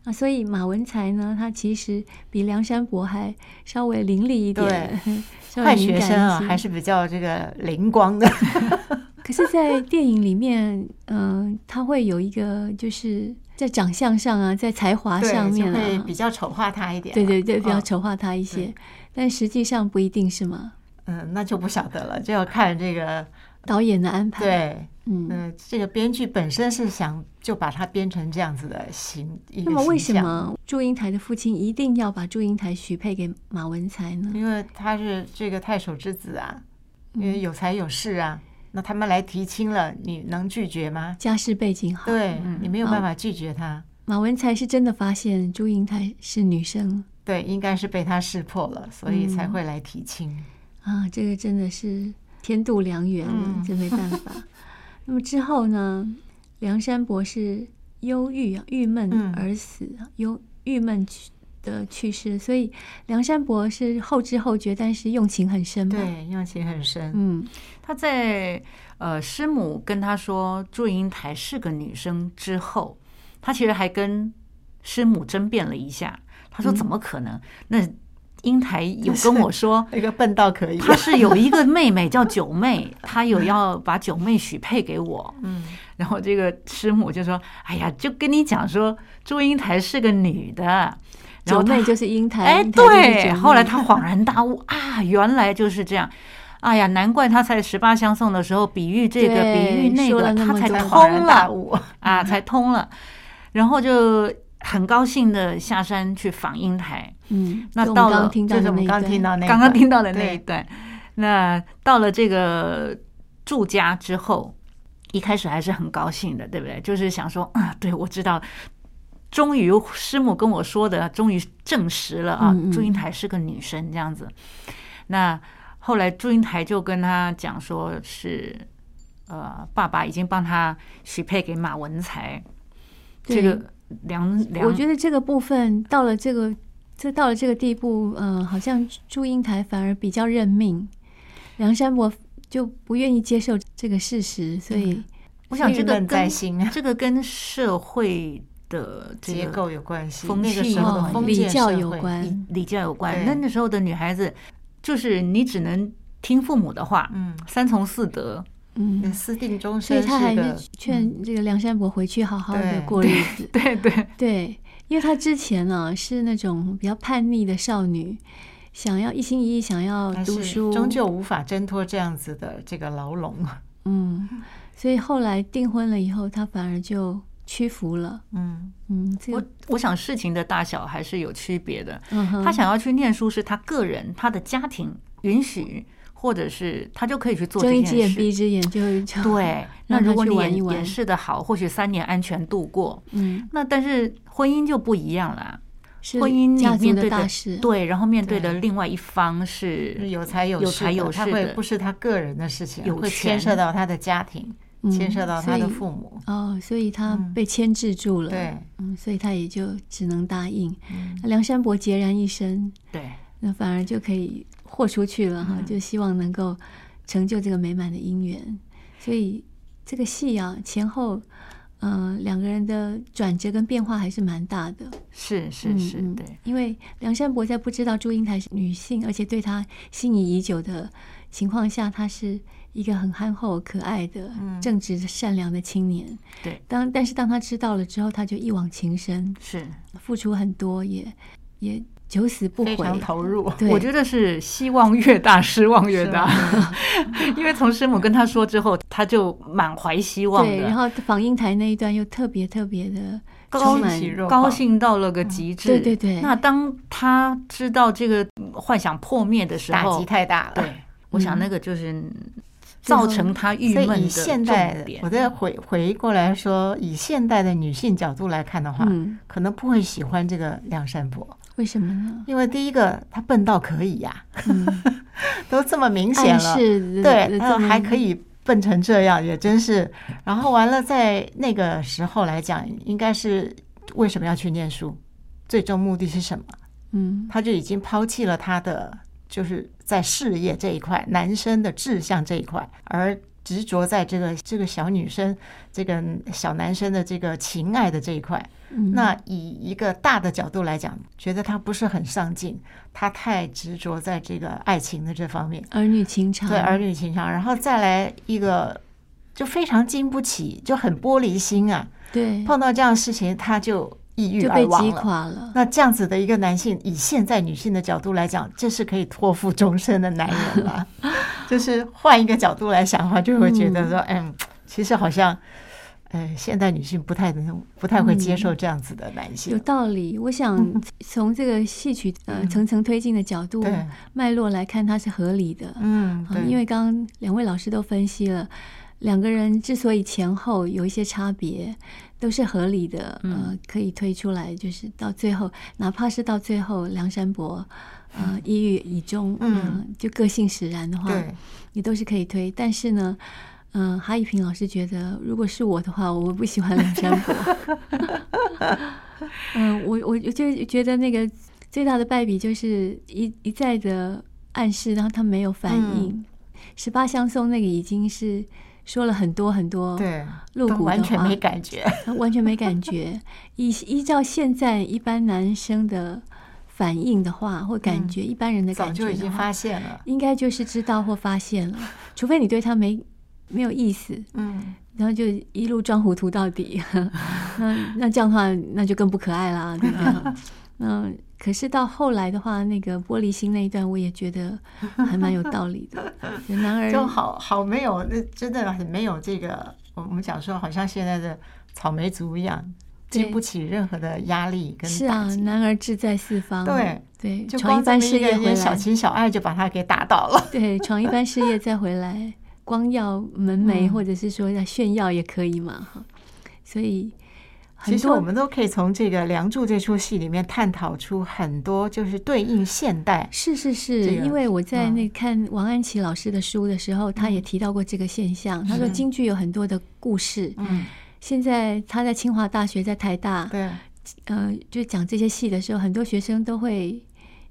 S1: 啊，所以马文才呢，他其实比梁山伯还稍微伶俐一点， (laughs) 稍微
S3: 坏
S1: 敏
S3: 学
S1: 感
S3: 生啊
S1: 一，些
S3: 还是比较这个灵光的。
S1: (laughs) 可是，在电影里面，嗯、他会有一个就是在长相上啊，在才华
S3: 对，
S1: 上
S3: 就
S1: 面
S3: 会
S1: 啊，
S3: 比较丑化他一点。
S1: 对对对，比较
S3: 嗯
S1: 丑化他一些，但实际上不一定是吗？
S3: 嗯，那就不晓得了，就要看这
S1: (laughs)
S3: 个。
S1: 导演的安排，，
S3: 对，
S1: 嗯。
S3: 嗯，这个编剧本身是想就把它编成这样子的形一个
S1: 那么为什
S3: 形象？
S1: 么祝英台的父亲一定要把祝英台许配给马文才呢？
S3: 因为他是这个太守之子啊，
S1: 嗯
S3: 因为有才有势啊。那他们来提亲了，你能拒绝吗？
S1: 家世背景好，
S3: 对你没有
S1: 好
S3: 办法拒绝他。
S1: 马文才是真的发现祝英台是女生
S3: 对，应该是被他识破了，所以才会来提亲。
S1: 啊，这个真的是天妒良缘啊
S3: 嗯，
S1: 这、没办
S3: (laughs)
S1: 法。那么之后呢，梁山伯是忧郁啊，郁闷
S3: 嗯
S1: 而死，忧郁闷去的去世，所以梁山伯是后知后觉，但是用情很深吧。，
S3: 对，用情很深。，
S1: 嗯，
S2: 他在呃师母跟他说祝英台是个女生之后，他其实还跟师母争辩了一下。他说：“怎么可能？那英台有跟我说
S3: 一个笨
S2: (laughs)
S3: 到可以。
S2: 她是有一个妹妹叫
S1: (laughs)
S2: 九妹，她有要把九妹许配给我。”
S3: 嗯，
S2: 然后这个师母就说：“哎呀，就跟你讲说祝英台是个女的。”然
S1: 九
S2: 后她
S1: 妹就是英台，
S2: 哎，
S1: 英台就是九
S2: 对，
S1: 妹
S2: 后来他恍然大悟啊，原来就是这样。哎呀，难怪他在十八相送的时候比喻这个，
S1: 对
S2: 比喻那
S1: 说了
S2: 个，
S1: 那
S2: 他
S1: 么
S2: 才
S1: 多
S3: 恍然
S2: 通
S3: 大
S2: 了
S3: 悟。
S2: (laughs) 啊，才通了。然后就很高兴的下山去访英台。
S1: 嗯，
S2: 那
S1: 就我们
S2: 到
S1: 刚
S2: 了
S1: 听到
S3: 就
S1: 的
S3: 是我
S1: 那
S3: 们
S1: 一
S3: 刚
S1: 段
S3: 听到那
S2: 刚刚
S3: 个
S2: 听到的那
S3: 对
S2: 一段，那到了这个住家之后，一开始还是很高兴的，对不对？就是想说啊，对我知道，终于师母跟我说的，终于证实了啊，
S1: 嗯嗯嗯
S2: 祝英台是个女生这样子。那后来祝英台就跟他讲说是，呃，爸爸已经帮他许配给马文才，这
S1: 对
S2: 个梁梁，
S1: 我觉得这个部分到了这个，这到了这个地步，呃，好像祝英台反而比较认命，梁山伯就不愿意接受这个事实，所
S3: 嗯
S1: 以
S2: 我想这
S3: 郁
S2: 个
S3: 闷在
S2: 跟
S3: 心 (laughs) 啊，
S2: 这个跟社会的这
S3: 结
S2: 个
S3: 构有关系，
S2: 风
S3: 那个
S2: 气
S3: 时候
S2: 哦
S3: 的封
S1: 礼
S3: 建
S1: 教
S3: 社
S1: 有
S3: 会
S1: 关
S2: 礼礼教有关。
S3: 对
S2: 那那时候的女孩子，就是你只能听父母的话，
S3: 嗯，
S2: 三从四德。
S1: 嗯，
S3: 私定终
S1: 所以
S3: 身
S1: 他还
S3: 是
S1: 是
S3: 个嗯
S1: 劝这个梁山伯回去好好的
S3: 对
S1: 过日子，
S2: 对对，
S1: (laughs) 对，因为她之前呢、是那种比较叛逆的少女，想要一心一意想要
S3: 但
S1: 读
S3: 是
S1: 书，
S3: 终究无法挣脱这样子的这个牢笼。啊
S1: 嗯，所以后来订婚了以后，她反而就屈服了，
S3: (laughs) 嗯，
S1: 嗯，这
S2: 我
S1: 个，
S2: 我想事情的大小还是有区别的。
S1: 嗯哼
S2: 她想要去念书是她个人，她的家庭允许，或者是他就可以去做
S1: 睁
S2: 这
S1: 一只
S2: 件
S1: 眼闭一
S2: 事。
S1: 只眼就就 (laughs)
S2: 对，那
S1: 让他
S2: 如果
S1: 去
S2: 你
S1: 玩一
S2: 演
S1: 玩
S2: 演示的好，或许三年安全度过。
S1: 嗯，
S2: 那但是婚姻就不一样了，
S1: 是
S2: 婚姻
S1: 家
S2: 你
S1: 族
S2: 面对
S1: 的
S2: 的
S1: 大事，
S2: 对，然后面对的
S3: 对
S2: 另外一方是
S3: 是有才有
S2: 有
S3: 势
S2: 才
S3: 的
S2: 有
S3: 他
S2: 势
S3: 会
S2: 的
S3: 不是他个人的事情，
S2: 有
S3: 会牵涉
S2: 权
S3: 到他的家庭，
S1: 嗯
S3: 牵涉到他
S1: 所
S3: 的
S1: 以
S3: 父母。
S1: 哦，所以他
S3: 嗯
S1: 被牵制住了，
S3: 对，
S1: 嗯，所以他也就只能答应。
S3: 嗯
S1: 梁山伯孑然一身，
S2: 对
S1: 那反而就可以豁出去了哈，
S2: 嗯
S1: 就希望能够成就这个美满的姻缘。所以这个戏啊，前后呃两个人的转折跟变化还是蛮大的。
S2: 是是是，
S1: 嗯嗯
S2: 对。
S1: 因为梁山伯在不知道祝英台是女性，而且对她心仪已久的情况下，她是一个很憨厚、可爱的、
S3: 嗯
S1: 正直、善良的青年。
S2: 对，
S1: 当但是当他知道了之后，他就一往情深，
S2: 是，
S1: 付出很多，也也九死不
S3: 非
S1: 悔。
S3: 常投入。 (laughs)
S1: 对，
S2: 我觉得是希望越大，失望越大， (laughs) 因为从师母跟他说之后，他就满怀希望
S1: 对，然
S2: 的，
S1: 后访英台那一段又特别特别的
S2: 高
S1: 充满
S3: 兴肉
S2: 高
S3: 棒
S2: 兴到了个极
S1: 嗯
S2: 致。
S1: 对对对
S2: 那当他知道这个幻想破灭的时
S3: 打
S2: 候
S3: 击，太大了。
S2: 对，我想那个就是造成他郁
S3: 所
S2: 闷
S3: 以以
S2: 的
S3: 现代
S2: 重
S3: 的，我
S2: 点。
S3: 再回回过来说，以现代的女性角度来看的话，
S1: 嗯，
S3: 可能不会喜欢这个梁山伯，
S1: 为什么呢？
S3: 因为第一个他笨到可以呀、
S1: 嗯，
S3: (laughs) 都这么明显
S1: 暗
S3: 了，
S1: 示
S3: 对，他还可
S1: 以，
S3: 以笨成这样，也真是。然后完了，在那个时候来讲，应该是为什么要去念书，最终目的是什么？
S1: 嗯
S3: 他就已经抛弃了他的就是在事业这一块、男生的志向这一块，而执着在这个这个小女生、这个小男生的这个情爱的这一块。
S1: 嗯，
S3: 那以一个大的角度来讲，觉得他不是很上进，他太执着在这个爱情的这方面。
S1: 儿女情长，
S3: 对儿女情长，然后再来一个就非常经不起，就很玻璃心啊，
S1: 对，
S3: 碰到这样的事情他就抑郁
S1: 嗯就
S3: 而
S1: 被
S3: 亡
S1: 击
S3: 了。
S1: 垮了。
S3: 那这样子的一个男性，以现在女性的角度来讲，这是可以托付终身的男人
S1: (laughs)
S3: 了。就是换一个角度来想的话，就会觉得说，嗯，其实好像，呃，现代女性不太能、不太会
S1: 嗯
S3: 接受这样子的男性。
S1: 有道理，我
S3: 嗯
S1: 想从这个戏曲呃层层推进的角度
S3: 对，
S1: 脉络来看，它是合理的。
S3: 嗯，
S1: 啊
S3: 对，
S1: 因为刚刚两位老师都分析了，两个人之所以前后有一些差别，都是合理的。呃，
S3: 嗯
S1: 可以推出来，就是到最后，哪怕是到最后梁山伯，呃，抑郁以终，
S3: 嗯
S1: 呃就个性使然的话，
S3: 对，
S1: 你都是可以推。但是呢，嗯、哈一平老师觉得，如果是我的话，我不喜欢梁山伯。
S3: (laughs)
S1: 嗯、我我就觉得那个最大的败笔就是一一再的暗示，然后他没有反
S3: 嗯
S1: 应。十八相送那个已经是说了很多很多
S3: 对，
S1: 露
S3: 都
S1: 骨的话，
S3: 完全没感觉。
S1: 他 (laughs) 完全没感觉。依依照现在一般男生的反应的话，或感觉、一般人的
S3: 嗯早
S1: 感觉
S3: 就已经
S1: 的话
S3: 发现了。
S1: 应该就是知道或发现了，除非你对他没没有意思，
S3: 嗯，
S1: 然后就一路装糊涂到底。 (laughs) 那那这样的话，那就更不可爱
S3: (laughs)
S1: 啦，对吧？那可是到后来的话，那个玻璃心那一段，我也觉得还蛮有道理
S3: (laughs)
S1: 的。就男儿
S3: 就好好没有，那真的很没有这个。我我们讲说，好像现在的草莓族一样，
S1: 对
S3: 经不起任何的压力跟
S1: 是
S3: 打
S1: 啊，
S3: 击。
S1: 男儿志在四方。
S3: 对
S1: 对，
S3: 就
S1: 闯一
S3: 光这
S1: 番
S3: 么
S1: 事
S3: 一
S1: 业
S3: 个
S1: 回
S3: 人小
S1: 来，
S3: 情小爱就把他给打倒了。
S1: (laughs) 对，闯一番事业再回来，光耀门
S3: 嗯
S1: 楣，或者是说要炫耀也可以嘛，哈。所以很
S3: 其实
S1: 多
S3: 我们都可以从这个《梁祝》这出戏里面探讨出很多，就是对应现代。
S1: 是是是，
S3: 这嗯个
S1: 因为我在那看王安祈老师的书的时候，他也
S3: 嗯
S1: 提到过这个现象。他说京剧有很多的故事，
S3: 嗯，
S1: 现在他在清华大学、在台大，
S3: 对
S1: 呃，就讲这些戏的时候，很多学生都会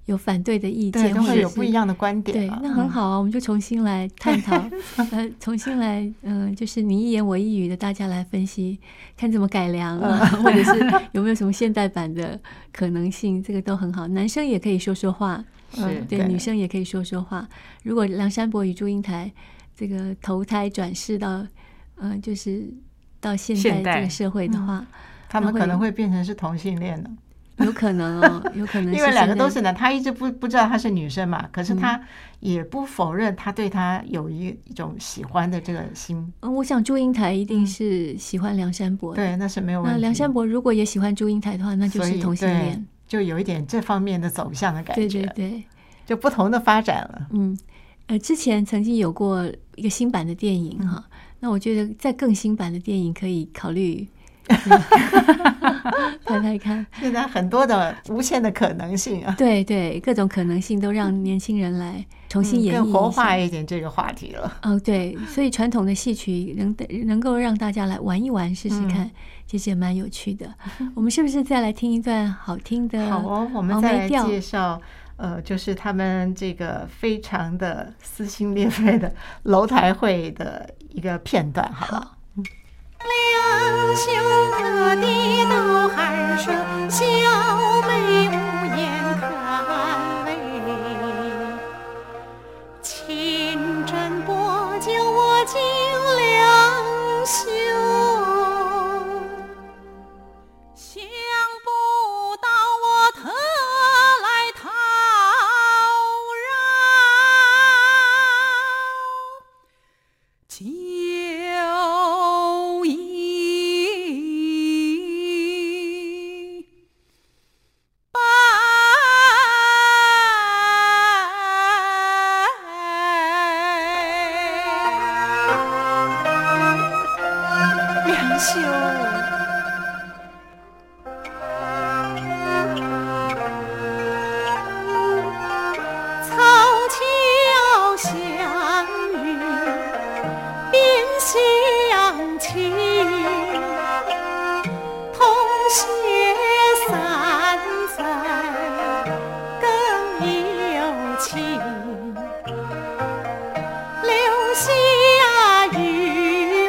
S1: 有反对的意
S3: 对，
S1: 见，
S3: 都
S1: 或
S3: 会
S1: 者
S3: 有
S1: 是
S3: 不一样的观点
S1: 对，
S3: 了。嗯
S1: 那很好啊，我们就重新来
S3: (laughs)
S1: 探讨，呃，重新来，嗯、就是你一言我一语的，大家来分析，看怎么改良，啊
S3: 嗯
S1: 或者是有没有什么现代版的可能性，这个都很好。男生也可以说说话，
S2: 是
S1: 嗯对，女生也可以说说话。如果梁山伯与祝英台这个投胎转世到，呃，就是到现
S2: 现
S1: 代这
S2: 代
S1: 个社会的话，
S3: 他们
S1: 那会
S3: 可能会变成是同性恋的，
S1: 有可能
S3: (laughs)
S1: 哦，有可能
S3: 嗯因为两
S1: 现
S3: 个
S1: 在
S3: 都是男，他一直不不知道她是女生嘛，
S1: 嗯
S3: 可是他也不否认他对她有一一种喜欢的这个心，
S1: 嗯，我想祝英台一定是喜欢梁山伯的。
S3: 嗯对，那是没有问
S1: 那
S3: 题。
S1: 梁山伯如果也喜欢祝英台的话，那就
S3: 所
S1: 是
S3: 以
S1: 同性
S3: 对
S1: 恋。
S3: 就有一点这方面的走向的感
S1: 对
S3: 觉，
S1: 对对，
S3: 就不同的发展了。
S1: 嗯，呃，之前曾经有过一个新版的电
S3: 嗯
S1: 影哈、那我觉得在更新版的电影可以考
S3: (laughs)
S1: 虑拍拍 (laughs) 看。
S3: 现在很多的无限的可能性 (laughs) 啊，
S1: 对对，各种可能性都让年轻人来重新 (laughs)
S3: 嗯
S1: 演绎、
S3: 更活化。一点这个话题了。
S1: 哦，对，所以传统的戏曲能能够让大家来玩一玩、试试看，
S3: 嗯
S1: 其实也蛮有趣
S3: (laughs)
S1: 的。我们是不是再来听一段好听的？
S3: 好哦，我们
S1: 峨
S3: 再
S1: 眉
S3: 来
S1: 调
S3: 介绍，呃，就是他们这个非常的撕心裂肺的楼台会的一个片段，好了。
S4: 两兄得地闹寒声，小妹无言看泪。清斟薄酒我敬两兄。想不到我特来讨扰。酒意百
S3: 良秀，
S4: 凑巧相遇，便相亲，同学三载更有情，留下余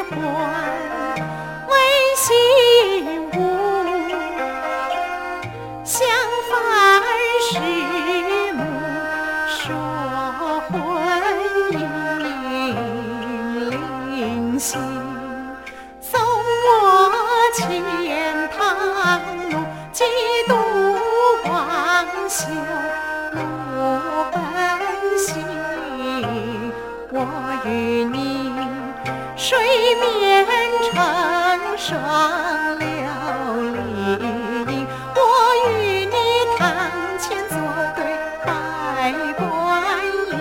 S4: 欢为心物。相伴时暮，说魂萦灵犀，送我钱塘路，几度光秀路奔行。我与你水面成双流离，我与你堂前作对拜观音，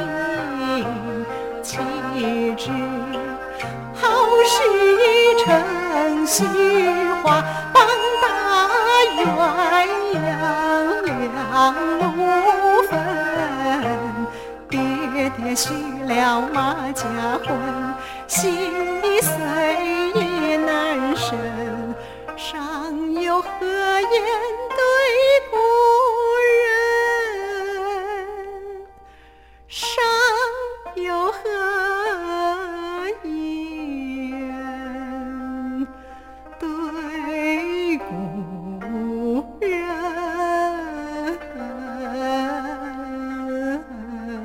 S4: 岂知后世成虚化，棒打鸳鸯两路分。爹爹许了马家婚，心碎意难伸，尚有何言对故人？尚有何言对故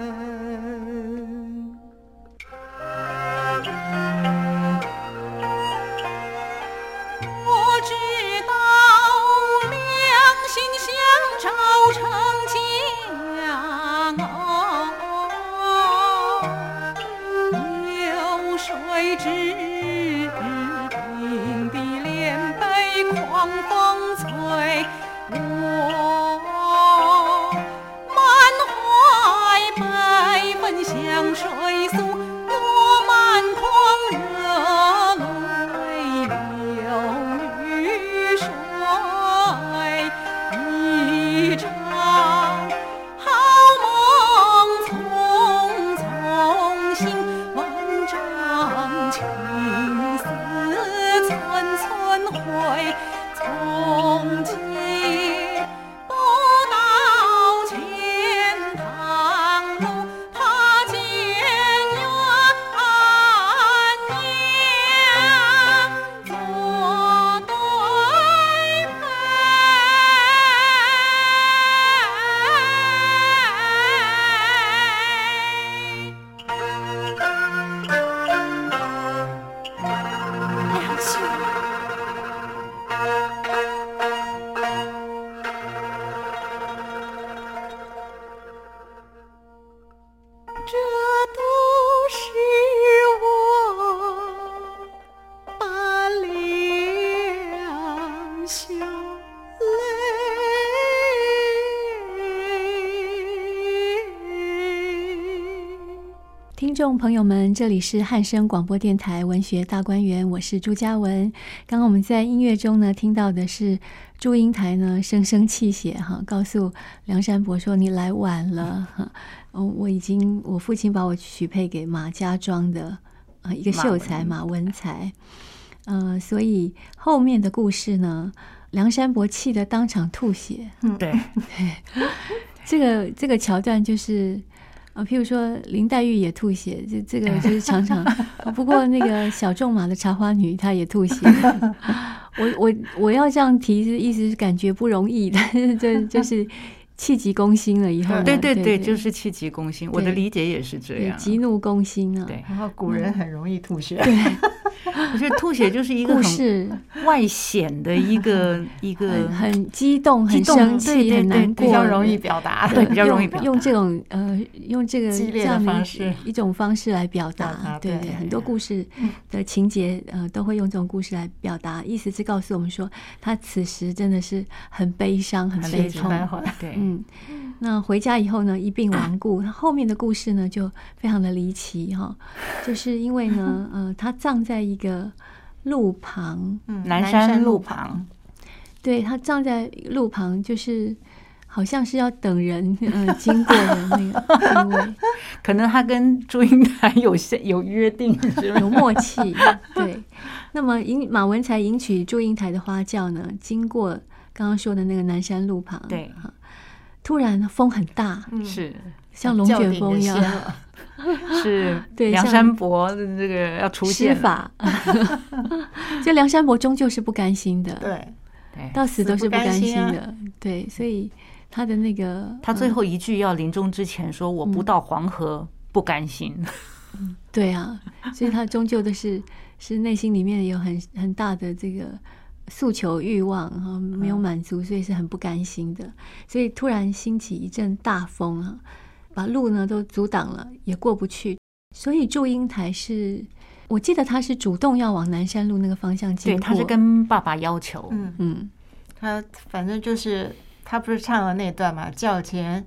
S4: 人？我知道了。啊哦
S1: 听众朋友们，这里是汉声广播电台文学大观园，我是朱嘉文。刚刚我们在音乐中呢听到的是祝英台呢声声泣血哈，告诉梁山伯说你来晚了哈，嗯，我已经我父亲把我许配给马家庄的呃一个秀才马
S2: 马
S1: 文才，呃，所以后面的故事呢，梁山伯气得当场吐血，
S2: 对，
S1: 这个这个桥段就是。啊，譬如说林黛玉也吐血，这这个
S2: 嗯
S1: 就是常
S2: (laughs)
S1: 常。不过那个小仲马的茶花女她也
S2: (laughs)
S1: 吐血。 (laughs) 我我我要这样提，是意思是感觉不容易，但是这就是气急攻心了以后呢。
S2: 对对
S1: 对
S2: 对，就是气急攻心。我的
S1: 对
S2: 理解也是这
S1: 对
S2: 样。
S1: 急怒攻心啊。
S2: 对
S3: 然后古人很容易吐血，
S2: 我觉得吐血就是一个
S1: 故
S2: 很
S1: 事嗯
S2: 外显的一个一个
S1: 很很激动，
S2: 激
S1: 很
S3: 嗯
S2: 动
S1: 生
S2: 对
S1: 气，
S2: 对
S1: 很
S2: 对
S1: 难过，
S3: 比较容易表达的。
S2: 对比较容易表
S1: 用用这种呃，用这个
S3: 激
S1: 这
S3: 烈的
S1: 样
S3: 方
S1: 的
S3: 式
S1: 一一种方式来表
S3: 表达
S1: 达，
S3: 对
S1: 对，
S3: 对
S1: 很多故事的情节呃都会用这种故事来表达，意思是告诉我们说他此时真的是很悲伤，很悲
S2: 悲
S1: 痛。(laughs)
S3: 蛮好的
S2: 对
S1: 嗯，那回家以后呢，一病亡故。他后面的故事呢，就非常的离奇哈、就是因为呢，呃，他葬在一个路旁，
S3: 嗯
S2: 南山路旁，
S1: 对他站在路旁，就是好像是要等人，嗯、呃，经过的那个地
S3: (laughs)
S1: 位，
S2: 可能他跟祝英台有些有约定，是不是
S1: 有默契。对，那么迎马文才迎娶祝英台的花轿呢，经过刚刚说的那个南山路旁，
S2: 对
S1: 啊，突然风很大，
S3: 嗯
S2: 是
S1: 像龙卷风一
S3: 叫
S1: 样
S3: 顶着，掀了
S1: (laughs)
S2: 是
S1: 对
S2: 梁
S1: 像
S2: 山伯的这个要出
S1: 施
S2: 现了，
S1: 法。 (laughs) 就梁山伯终究是不甘心的， (laughs)
S3: 对，
S2: 对
S1: 到死都是不甘心
S3: 死不甘心啊
S1: 的，对，所以他的那个
S2: 他最
S1: 嗯
S2: 后一句要临终之前说：“我不到黄河不甘心。
S1: 对啊，所以他终究的是是内心里面有很很大的这个诉求欲望，然后没
S2: 嗯
S1: 有满足，所以是很不甘心的。所以突然兴起一阵大风啊，把路呢都阻挡了，也过不去。所以祝英台是，我记得他是主动要往南山路那个方向经
S2: 对，
S1: 过，
S2: 他是跟爸爸要求，
S3: 嗯，
S1: 嗯
S3: 他反正就是他不是唱了那段嘛，轿前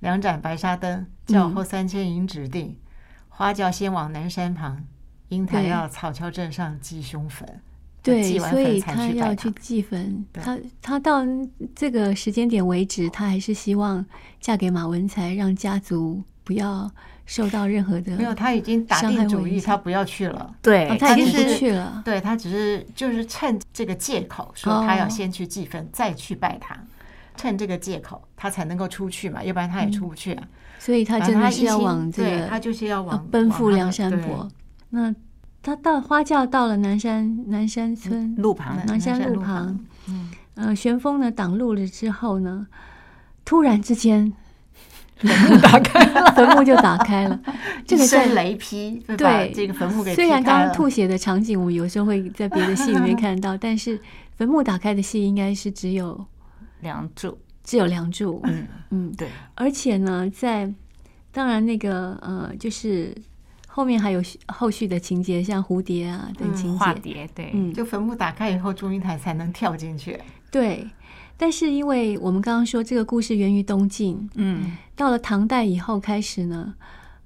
S3: 两盏白纱灯，
S1: 嗯
S3: 轿后三千银指定，花轿先往南山旁，英台
S1: 对
S3: 要草桥镇上寄凶坟，
S1: 对，
S3: 祭完
S1: 所
S3: 坟
S1: 以
S3: 才
S1: 他
S3: 去
S1: 要
S3: 拜
S1: 去
S3: 堂
S1: 祭坟。
S3: 对
S1: 他他到这个时间点为止，他还是希望嫁给马文才，让家族不要受到任何的
S3: 没有，他已经打
S1: 伤害
S3: 定主
S1: 我
S3: 意，
S1: 影响
S3: 他不要去了。
S2: 对
S1: 哦，他已
S2: 其
S1: 经
S3: 是
S1: 不
S2: 实
S1: 去了。
S3: 对他只是就是趁这个借口说他
S1: 哦
S3: 要先去祭坟，再去拜堂，趁这个借口他才能够出去嘛，要不然他也出不去啊。
S1: 所以嗯他
S3: 反
S1: 真
S3: 正
S1: 的
S3: 他
S1: 是
S3: 一
S1: 要
S3: 心
S1: 往这
S3: 对他
S1: 个
S3: 就是要
S1: 要
S3: 往
S1: 奔赴
S3: 往他
S1: 梁
S3: 的
S1: 山
S3: 对
S1: 伯。那他到花轿到了南山南
S3: 嗯
S1: 山村，
S2: 路旁
S1: 南啊山路旁，呃，旋风呢挡路了之后呢，突然之间 (laughs) 坟墓就打开
S3: (laughs)
S1: 了，这
S3: 这
S1: 个
S3: 个
S1: 在
S3: 声雷劈，会把
S1: 对
S3: 这个坟墓给
S1: 虽
S3: 劈
S1: 然
S3: 开
S1: 刚刚
S3: 了
S1: 吐血的场景，我们有时候会在别的戏里面
S2: (laughs)
S1: 看到，但是坟墓打开的戏应该是只有
S2: 梁祝，
S1: 只有《梁祝》。
S2: 嗯，
S1: 嗯，
S2: 对，
S1: 而且呢，在当然那个呃，就是后面还有续后续的情节，像蝴蝶啊等情节
S2: 嗯化，蝶，对，
S1: 嗯，
S3: 就坟墓打开以后，祝英台才能跳进去。
S1: 对。但是因为我们刚刚说这个故事源于东晋，
S2: 嗯，
S1: 到了唐代以后开始呢，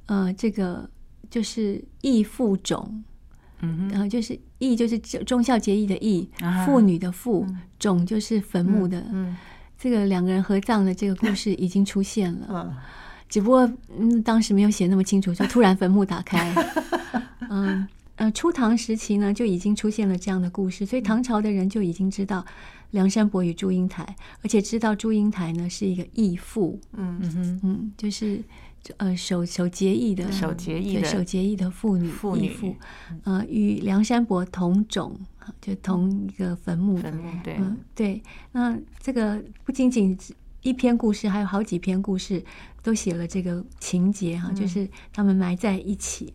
S1: 呃，这个就是义父种，
S2: 嗯
S1: 然后就是义就是忠忠孝节义的义，
S2: 啊
S1: 妇女的妇，种就是坟墓的。
S3: 嗯
S1: 这个两个人合葬的这个故事已经出现了，
S3: 嗯，
S1: 只不过嗯当时没有写那么清楚，就突然坟墓打
S3: (laughs)
S1: 开。嗯呃，初唐时期呢就已经出现了这样的故事，所
S3: 嗯
S1: 以唐朝的人就已经知道梁山伯与祝英台，而且知道祝英台呢是一个义妇，
S2: 嗯哼，
S1: 嗯，就是呃守守节义的
S2: 守节义
S1: 嗯对守
S2: 的，
S1: 节义的妇女
S2: 妇
S1: 义
S2: 女
S1: 妇，呃，与梁山伯同种，啊就同一个坟墓的
S2: 坟。墓对，
S1: 嗯，对。那这个不仅仅只一篇故事，还有好几篇故事都写了这个情节哈、就是他们埋在一起。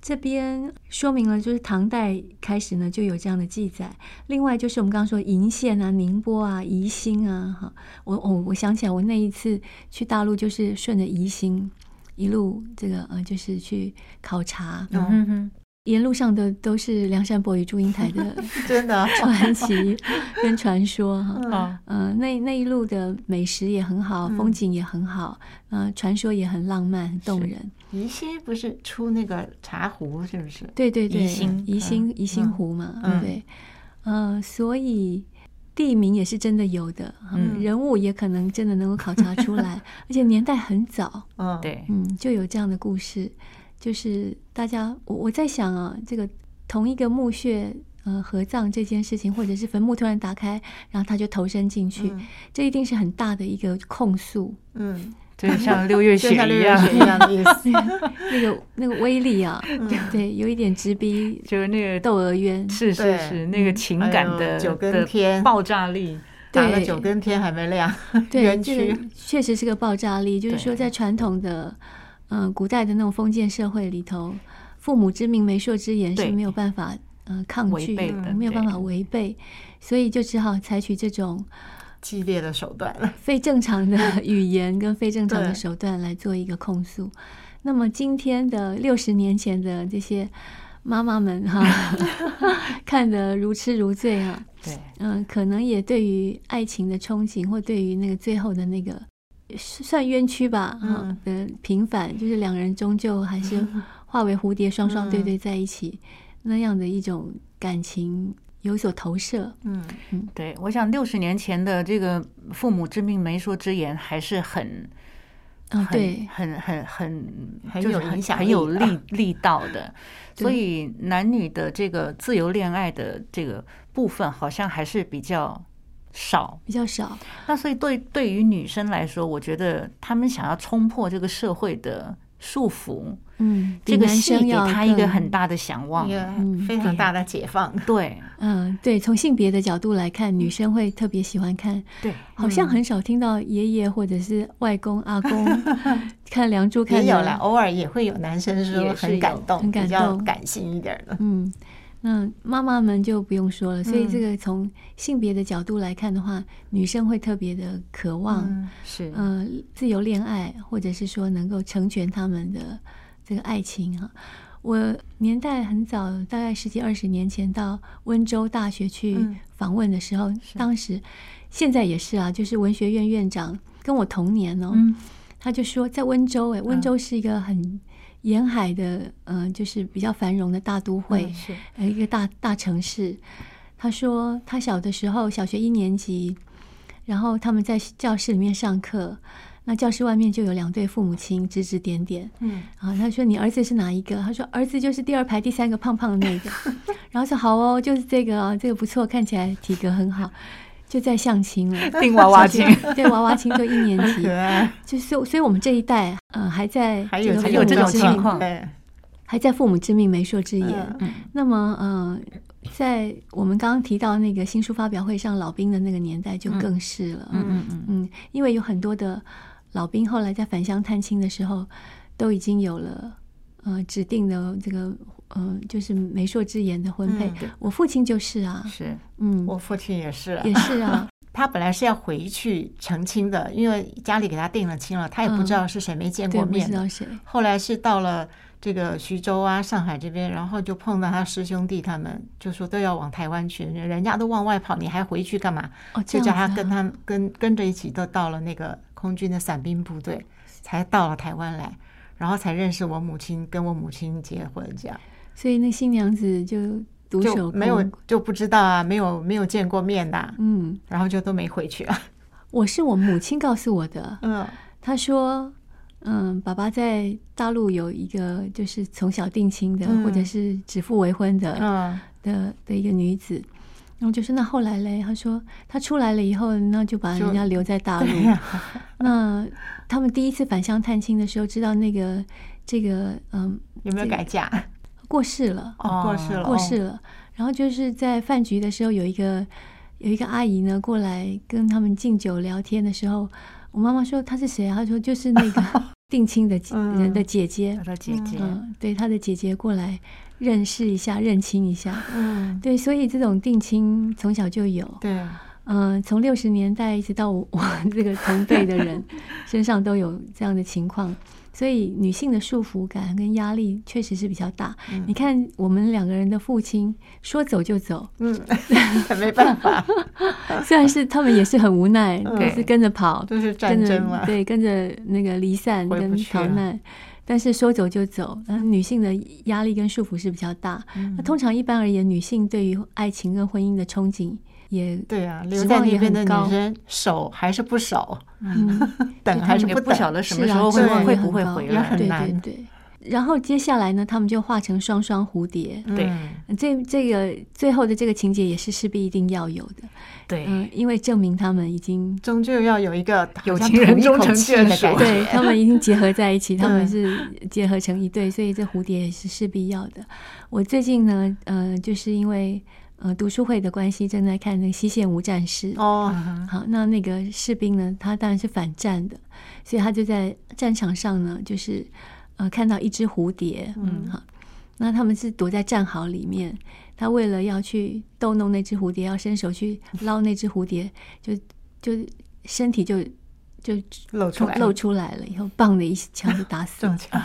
S1: 这边说明了，就是唐代开始呢就有这样的记载。另外就是我们刚刚说鄞县啊、宁波啊、宜兴啊，哈，我我我想起来，我那一次去大陆就是顺着宜兴一路这个呃，就是去考察，
S2: 嗯哼，
S1: 沿路上的都是梁山伯与祝英台的 (laughs)
S3: 真的
S1: 传奇跟传说哈。
S2: 啊，
S1: 嗯、那那一路的美食也很好，
S3: 嗯
S1: 风景也很好，嗯、传说也很浪漫、很动
S2: 是
S1: 人。
S3: 宜兴不是出那个茶壶是不是？
S1: 对对对，
S2: 宜兴
S1: 宜兴宜兴
S3: 嗯
S1: 湖嘛，
S3: 嗯
S1: 对，呃，所以地名也是真的有的，
S2: 嗯
S1: 人物也可能真的能够考察出
S3: (laughs)
S1: 来，而且年代很早，
S3: 嗯，，
S2: 对，
S1: 嗯，就有这样的故事，就是大家我我在想啊，这个同一个墓穴。呃，合葬这件事情，或者是坟墓突然打开，然后他就投身进去，
S3: 嗯
S1: 这一定是很大的一个控诉，
S3: 嗯，
S2: 就像六月雪
S3: 就像六
S2: 一
S3: 月
S2: 样，
S3: 雪一样的意
S1: (laughs)
S3: 思。嗯
S1: 那个那个威力啊，对，有一点直逼
S2: (laughs) 就是那个
S1: 窦娥
S2: (laughs)
S1: 冤，
S2: 是是
S3: 对
S2: 是那个情感
S3: 哎
S2: 的
S3: 呦九更
S2: 的
S3: 天
S2: 爆炸力，
S3: 打了
S1: 对
S3: 九更天还没亮，
S1: 对，
S3: 园
S1: 这个
S3: 区
S1: 确实是个爆炸力。就是说，
S2: 对
S1: 在传统的，嗯、古代的那种封建社会里头，父母之命、媒妁之言是
S2: 对
S1: 没有办法，嗯、抗
S2: 违
S1: 拒
S2: 背
S1: 的
S2: 的
S1: 没有办法
S2: 对
S1: 违背，所以就只好采取这种
S3: 激烈的手段了。
S1: 非正常的 (laughs) 语言跟非正常的
S3: 对
S1: 手段来做一个控诉。那么今天的六十年前的这些妈妈们哈， (laughs) 看得如痴如醉啊，
S2: 对，
S1: 嗯，可能也对于爱情的憧憬，或对于那个最后的那个是算冤屈吧，哈、
S2: 嗯
S1: 的平反，就是两人终究还
S2: (laughs)
S1: 是化为蝴蝶，双双
S2: 嗯
S1: 对对在一起，那样的一种感情有所投射。
S3: 嗯，
S2: 对，我想六十年前的这个父母之命、媒妁之言还是很。
S1: 嗯，
S2: 很
S1: 对，
S2: 很很很
S3: 很
S2: 就是
S3: 有影响
S2: 很
S3: 力
S2: 有
S3: 的
S2: 力力道的。所
S1: 对
S2: 以男女的这个自由恋爱的这个部分，好像还是比较少。
S1: 比较少。
S2: 那所以对对于女生来说，我觉得她们想要冲破这个社会的束缚，
S1: 嗯，比
S2: 这个
S1: 男
S2: 戏
S1: 生
S2: 给
S1: 要
S2: 她一个
S1: 更
S2: 很大的向往
S3: 一。
S1: 嗯
S3: 个非常大的解放。
S2: 哦对
S1: 嗯，对，从性别的角度来看，女生会特别喜欢看，
S2: 嗯对，嗯
S1: 好像很少听到爷爷或者是外公、阿
S2: (laughs)
S1: 公看《梁祝》看
S3: 也
S1: 的
S3: 有啦，偶尔也会有男生说
S2: 也是
S3: 很感
S2: 有
S3: 动，
S1: 很感
S3: 比较
S1: 动
S3: 感性一点的。
S1: 嗯，那妈妈们就不用说了。所以这个从性别的角度来看的话，女生会特别的渴望，
S3: 嗯
S2: 是
S1: 呃，自由恋爱，或者是说能够成全他们的这个爱情哈、我年代很早，大概十几二十年前到温州大学去
S3: 嗯
S1: 访问的时候，当时现在也是啊，就是文学院院长跟我同年哦，
S2: 嗯
S1: 他就说在温州、哎，温州是一个很沿海的，嗯、就是比较繁荣的大都会，
S2: 是
S1: 呃，一个大大城市。他说他小的时候，小学一年级，然后他们在教室里面上课，那教室外面就有两对父母亲指指点点。
S3: 嗯，
S1: 啊，他说你儿子是哪一个？他说儿子就是第二排第三个胖胖的那
S2: (laughs)
S1: 个。然后说好哦，就是这个哦，这个不错，看起来体格很好，就在相亲了。
S2: 定娃娃亲
S1: 小。学，对娃娃亲就一年级
S2: (laughs)
S3: 可，爱，
S1: 就是所以我们这一代，呃，还在
S3: 还有
S1: 个
S2: 有这
S1: 父母
S2: 种
S1: 之
S2: 情
S1: 命
S2: 况
S3: 对，
S1: 还在父母之命媒妁之言。
S3: 嗯
S1: 那么，呃，在我们刚刚提到那个新书发表会上，老兵的那个年代就更是了。
S2: 嗯嗯嗯，
S1: 嗯因为有很多的老兵后来在返乡探亲的时候，都已经有了呃指定的这个呃就是媒妁之言的婚配。
S3: 嗯对
S1: 我父亲就是啊，
S2: 是
S1: 嗯，
S3: 我父亲也是啊，
S1: 也是啊，
S3: 他本来是要回去成亲的，因为家里给他定了亲了，他也不知道是谁，没见
S1: 对，
S3: 过
S1: 不
S3: 面
S1: 知
S3: 的。
S1: 道谁，
S3: 后来是到了这个徐州啊、上海这边，然后就碰到他师兄弟他们，就说都要往台湾去，人家都往外跑，你还回去干嘛？
S1: 哦，
S3: 就
S1: 这
S3: 叫
S1: 样
S3: 他
S1: 子啊
S3: 跟他们跟跟着一起都到了那个空军的伞兵部队，才到了台湾来，然后才认识我母亲，跟我母亲结婚，这样
S1: 所以那新娘子就独
S3: 就
S1: 守
S3: 没有
S1: 空
S3: 就不知道啊，没有没有见过面的啊、
S1: 嗯，
S3: 然后就都没回去啊。
S1: 我是我母亲告诉我的。
S3: (laughs) 嗯，
S1: 他说：“嗯，爸爸在大陆有一个就是从小定亲的，
S3: 嗯
S1: 或者是指腹为婚的、
S3: 嗯，
S1: 的的一个女子。”然后就说：“那后来嘞？”他说：“他出来了以后，那就把
S3: 就
S1: 人家留在大陆。
S3: 对呀、
S1: 那他们第一次返乡探亲的时候，知道那个这个嗯
S3: 有没有改嫁？
S1: 过世了，
S3: 哦，过世了，
S1: 过
S3: 哦
S1: 世了。然后就是在饭局的时候，有一个有一个阿姨呢过来跟他们敬酒聊天的时候，我妈妈说她是谁啊？她说就是那个定亲的姐
S3: 嗯
S1: 人的姐姐
S2: 她，的姐姐，
S1: 嗯，对，她的姐姐过来认识一下、认亲一下。
S3: 嗯，
S1: 对，所以这种定亲从小就有，
S3: 对，
S1: 嗯、从六 (laughs)
S3: (laughs)
S1: 十年代一直到我我这个同辈的人身上都有这样的情况。所以女性的束缚感跟压力确实是比较大。
S3: 嗯
S1: 你看我们两个人的父亲说走就走，
S3: 嗯， (laughs) 没办法，
S1: 虽然是他们也是很无奈，
S3: 嗯
S1: 都是跟着跑，
S3: (laughs) 都是战
S1: 跟
S3: 争嘛
S1: 着。对，跟着那个离散
S3: 回不
S1: 跟
S3: 去
S1: 逃
S3: 了
S1: 难。但是说走就走，然后女性的压力跟束缚是比较大。
S3: 嗯
S1: 那通常一般而言，女性对于爱情跟婚姻的憧憬也
S3: 对啊，留
S1: 指
S3: 在
S1: 望
S3: 那
S1: 也
S3: 边的
S1: 很高
S3: 女生少还是不少，
S1: 嗯，
S3: 等还是
S2: 也
S3: 等
S2: 不，晓得什么
S1: 是
S2: 时
S1: 啊
S2: 候会
S3: 质量
S2: 会
S1: 也
S2: 不
S1: 很
S2: 会
S1: 高
S2: 回
S1: 也
S2: 来。
S3: 很
S1: 对对
S3: 难
S1: 对。然后接下来呢，他们就化成双双蝴蝶。
S2: 对
S3: 嗯
S1: 这这个最后的这个情节也是势必一定要有的，
S2: 对
S1: 嗯，因为证明他们已经
S3: 终究要有一个好
S2: 有
S3: 像
S2: 情人
S3: 吐一
S2: 终
S3: 口
S2: 成
S3: 气
S2: 眷
S3: 的
S2: 属
S3: 感觉
S1: 对他们已经结合在一 (laughs) 起，他们
S3: 对
S1: 是结合成一对，所以这蝴蝶也是势必要的。我最近呢，呃，就是因为呃读书会的关系，正在看那个《西线无战事》。
S3: 哦，
S2: 嗯
S1: 好，那那个士兵呢，他当然是反战的，所以他就在战场上呢，就是呃看到一只蝴蝶，嗯，好，那他们是躲在战壕里面，他为了要去逗弄那只蝴蝶，要伸手去捞那只蝴蝶，就就身体就就
S3: 露出来，啊
S1: 露出来了以后，棒的一枪就
S3: (laughs)
S1: 打死了
S3: 中。奖，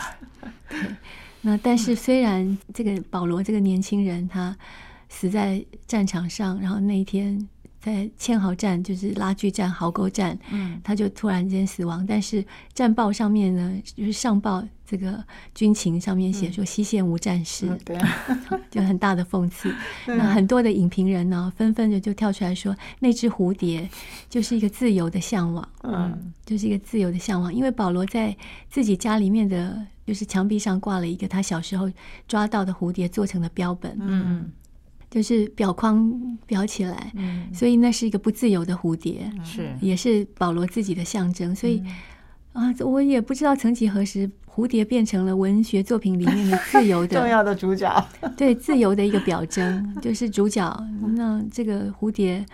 S1: 那但是虽然这个保罗这个年轻人他死在战场上，然后那一天在堑壕战，就是拉锯战、壕沟战，
S2: 嗯，
S1: 他就突然间死亡。但是战报上面呢，就是上报这个军情上面写说西线无战事，
S3: 嗯对啊，
S1: 就很大的 (laughs) 讽刺。
S3: (laughs) 对
S1: 那
S3: 啊
S1: 很多的影评人呢，纷纷的就跳出来说，那只蝴蝶就是一个自由的向往。
S3: 嗯
S1: 就是一个自由的向往。因为保罗在自己家里面的就是墙壁上挂了一个他小时候抓到的蝴蝶做成的标本，
S2: 嗯
S1: 就是裱框裱起来，
S3: 嗯
S1: 所以那是一个不自由的蝴蝶，
S2: 嗯，是
S1: 也是保罗自己的象征。所以、啊，我也不知道曾几何时，蝴蝶变成了文学作品里面的自
S2: (laughs)
S1: 由
S2: 啊
S3: 重
S1: 的，
S3: 要的主角，
S1: 对自由的一个表征， (laughs) 就是主角。那这个蝴蝶，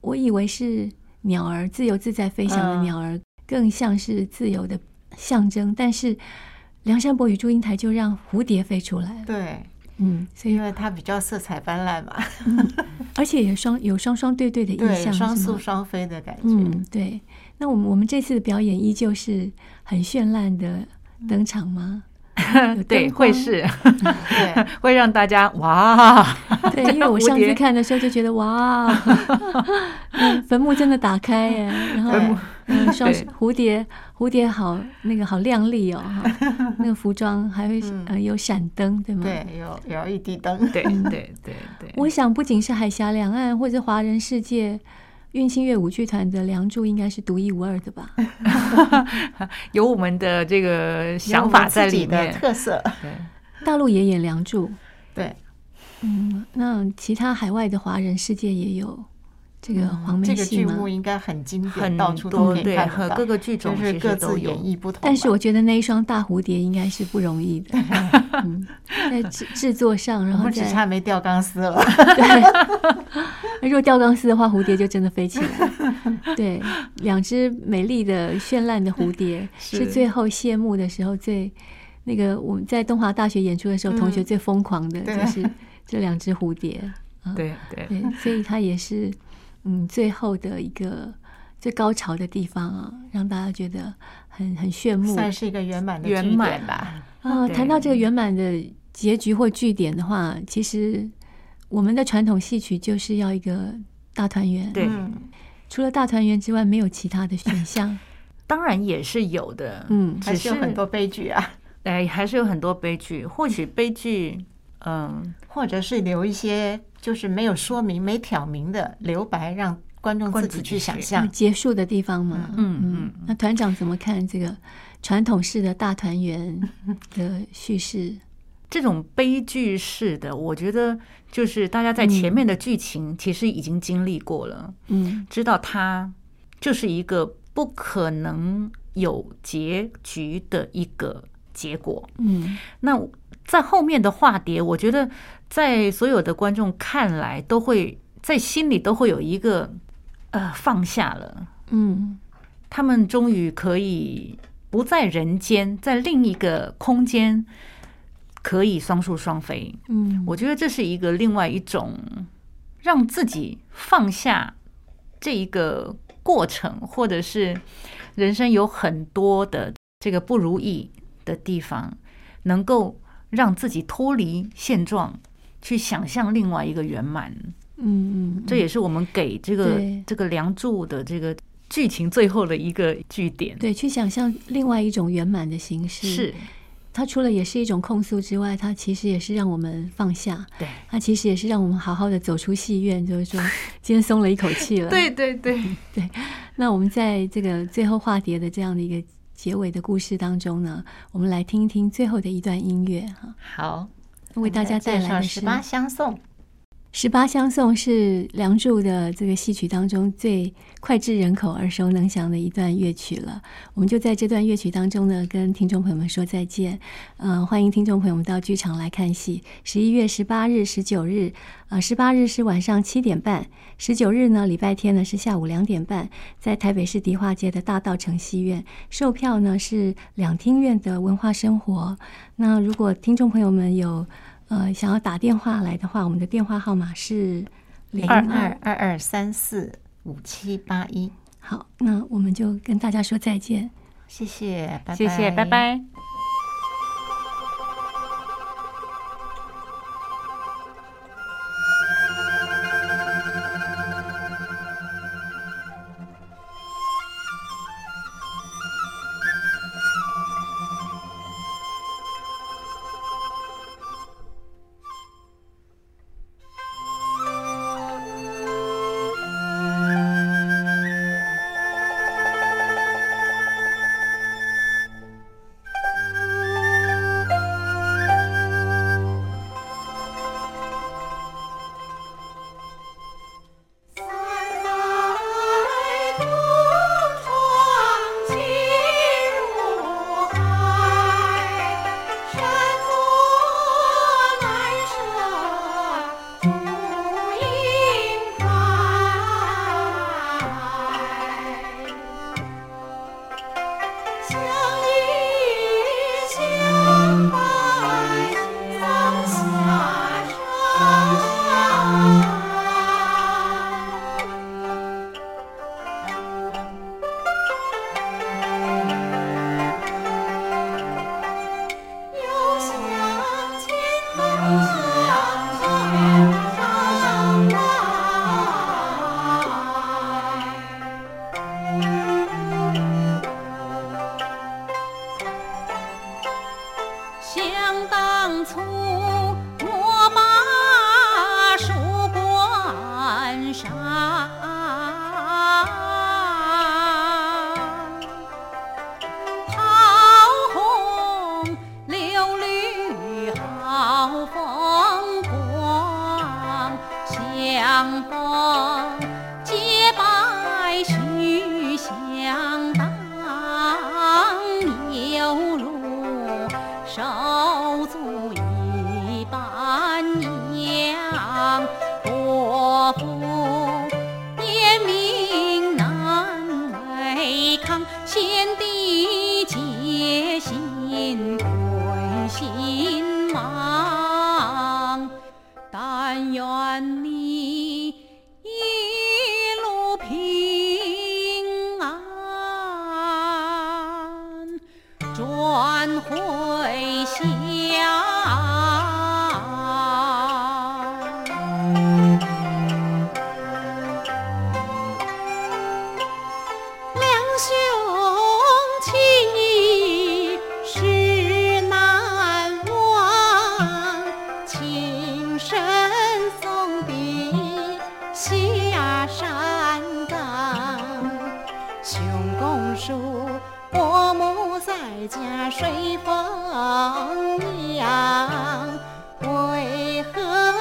S1: 我以为是鸟儿自由自在飞翔的
S3: 嗯
S1: 鸟儿，更像是自由的象征。但是梁山伯与祝英台就让蝴蝶飞出来了，
S3: 对，
S1: 嗯，所以
S3: 因为他比较色彩斑斓嘛，
S1: 而且也双有双双对对的意
S3: 对，
S1: 象，
S3: 双
S1: 是
S3: 宿
S1: 吗
S3: 双飞的感觉，
S1: 嗯，对。那我们我们这次的表演依旧是很绚烂的登场
S3: (laughs)
S1: 吗？有
S2: 对，
S1: 灯
S2: 会
S1: 光
S2: 是 (laughs)
S3: 对，
S2: 会让大家哇，
S3: (laughs)
S1: 对，因为我
S2: 蝴
S1: 上
S2: 蝶
S1: 次看的时候就觉得哇，
S3: (laughs)
S1: 嗯坟墓真的打开耶，然后
S3: 对
S1: 嗯，双
S2: 对
S1: 蝴蝶蝴蝶好那个好亮丽哦，哈那个服装还会呃有闪灯对吗？。
S3: 嗯对，有有一滴灯，
S2: 对对对对，
S1: 我想不仅是海峡两岸或者华人世界，运星乐舞剧团的《梁祝》应该是独一无二的吧？
S2: 有我们的这个
S3: 有我
S2: 想
S3: 们
S2: 法
S3: 自
S2: 在
S3: 己
S2: 里
S3: 的
S2: 面。
S3: 特色，
S2: 对
S1: 大陆也演《梁祝》，
S3: 对，
S1: 嗯，那其他海外的华人世界也有这个黄梅
S3: 嗯这个
S1: 戏
S3: 剧
S1: 吗？
S3: 目应该很经典，
S2: 很
S3: 到处都
S2: 多
S3: 可以
S2: 对
S3: 看
S2: 和
S3: 得到，
S2: 各个剧
S3: 就
S2: 种
S3: 是
S2: 其
S3: 各
S2: 实都
S3: 自演
S2: 有。
S3: 绎不同吧，
S1: 但是我觉得那一双大蝴蝶应该是不容易
S3: (laughs)
S1: 的，嗯，在制制作上，然
S3: 我
S1: 后
S3: 们只
S1: 在
S3: 差没吊钢丝了，
S1: 如果吊钢丝的话，蝴蝶就真的飞起来。对，两只美丽的、绚烂的蝴
S3: (laughs)
S1: 蝶
S2: 是
S1: 是最后谢幕的时候最那个我们在东华大学演出的时候，
S3: 嗯
S1: 同学最疯狂的
S3: 对
S1: 就是这两只蝴蝶。
S2: 对对
S1: 对，所以它也是嗯最后的一个最高潮的地方啊，让大家觉得很很炫目。
S3: 算是一个嗯圆满的
S2: 圆
S3: 句点
S2: 满
S3: 吧，
S1: 啊，
S2: 对
S1: 谈到这个圆满的结局或据点的话，其实我们的传统戏曲就是要一个大团圆。
S2: 对，
S3: 嗯，
S1: 除了大团圆之外，没有其他的选
S2: (laughs)
S1: 项。
S2: 当然也是有的。
S1: 嗯
S2: 只
S3: 还是有
S2: 是
S3: 很多悲剧啊， (laughs)
S2: 哎，还是有很多悲剧。或许悲剧，嗯，
S3: 或者是留一些就是没有说明、没挑明的留白，让观众
S2: 观
S3: 自
S2: 众自
S3: 己
S2: 己
S3: 去嗯想
S2: 去
S1: 那
S3: 象。
S1: 结束的地方嘛。
S2: 嗯嗯
S1: 那团长怎么看这个传统式的大团圆的叙事？
S2: 这种悲剧式的，我觉得就是大家在前
S3: 嗯
S2: 面的剧情其实已经经历过了，
S1: 嗯
S2: 知道它就是一个不可能有结局的一个结果。
S1: 嗯
S2: 那在后面的化蝶，我觉得在所有的观众看来，都会在心里都会有一个呃放下了，
S1: 嗯
S2: 他们终于可以不在人间，在另一个空间可以双宿双飞。
S1: 嗯，
S2: 我觉得这是一个另外一种让自己放下这一个过程，或者是人生有很多的这个不如意，的地方，能够让自己脱离现状，去想象另外一个圆满。
S1: 嗯嗯，
S2: 这也是我们给这个
S1: 对
S2: 这个《梁祝》的这个剧情最后的一个据点。
S1: 对，去想象另外一种圆满的形式。
S2: 是，
S1: 它除了也是一种控诉之外，它其实也是让我们放下，
S2: 对，
S1: 它其实也是让我们好好的走出戏院，就是说今天松了一口气了。，
S2: 对对，
S1: 那我们在这个最后化蝶的这样的一个结尾的故事当中呢，我们来听一听最后的一段音乐哈，
S3: 好，
S1: 为大家带来的是
S3: 十八相送，
S1: 十八相送是《梁祝》的这个戏曲当中最脍炙人口、耳熟能详的一段乐曲了。我们就在这段乐曲当中呢，跟听众朋友们说再见。呃，欢迎听众朋友们到剧场来看戏。十一月十八日、十九日，呃，十八日是晚上七点半，十九日呢，礼拜天呢是下午两点半，在台北市迪化街的大道城戏院。售票呢是两厅院的文化生活。那如果听众朋友们有呃，想要打电话来的话，我们的电话号码是零
S3: 二二二二三四五七八一，
S1: 好，那我们就跟大家说再见。
S3: 谢谢，拜拜，
S2: 谢谢，拜。拜。
S4: 三代东窗进入海，山多难舍竹影白。相依相伴，放下伤。又想牵肠，却捎来。想当初，我把书关上，桃红柳绿好风光，相逢结拜须相当，犹如手足一般娘，多福严明难违抗，先帝戒心归心忙，但愿你一路平安。转回乡。两兄情义是难忘，情深送别下山岗。熊公叔，伯母在家睡风凉，为何啊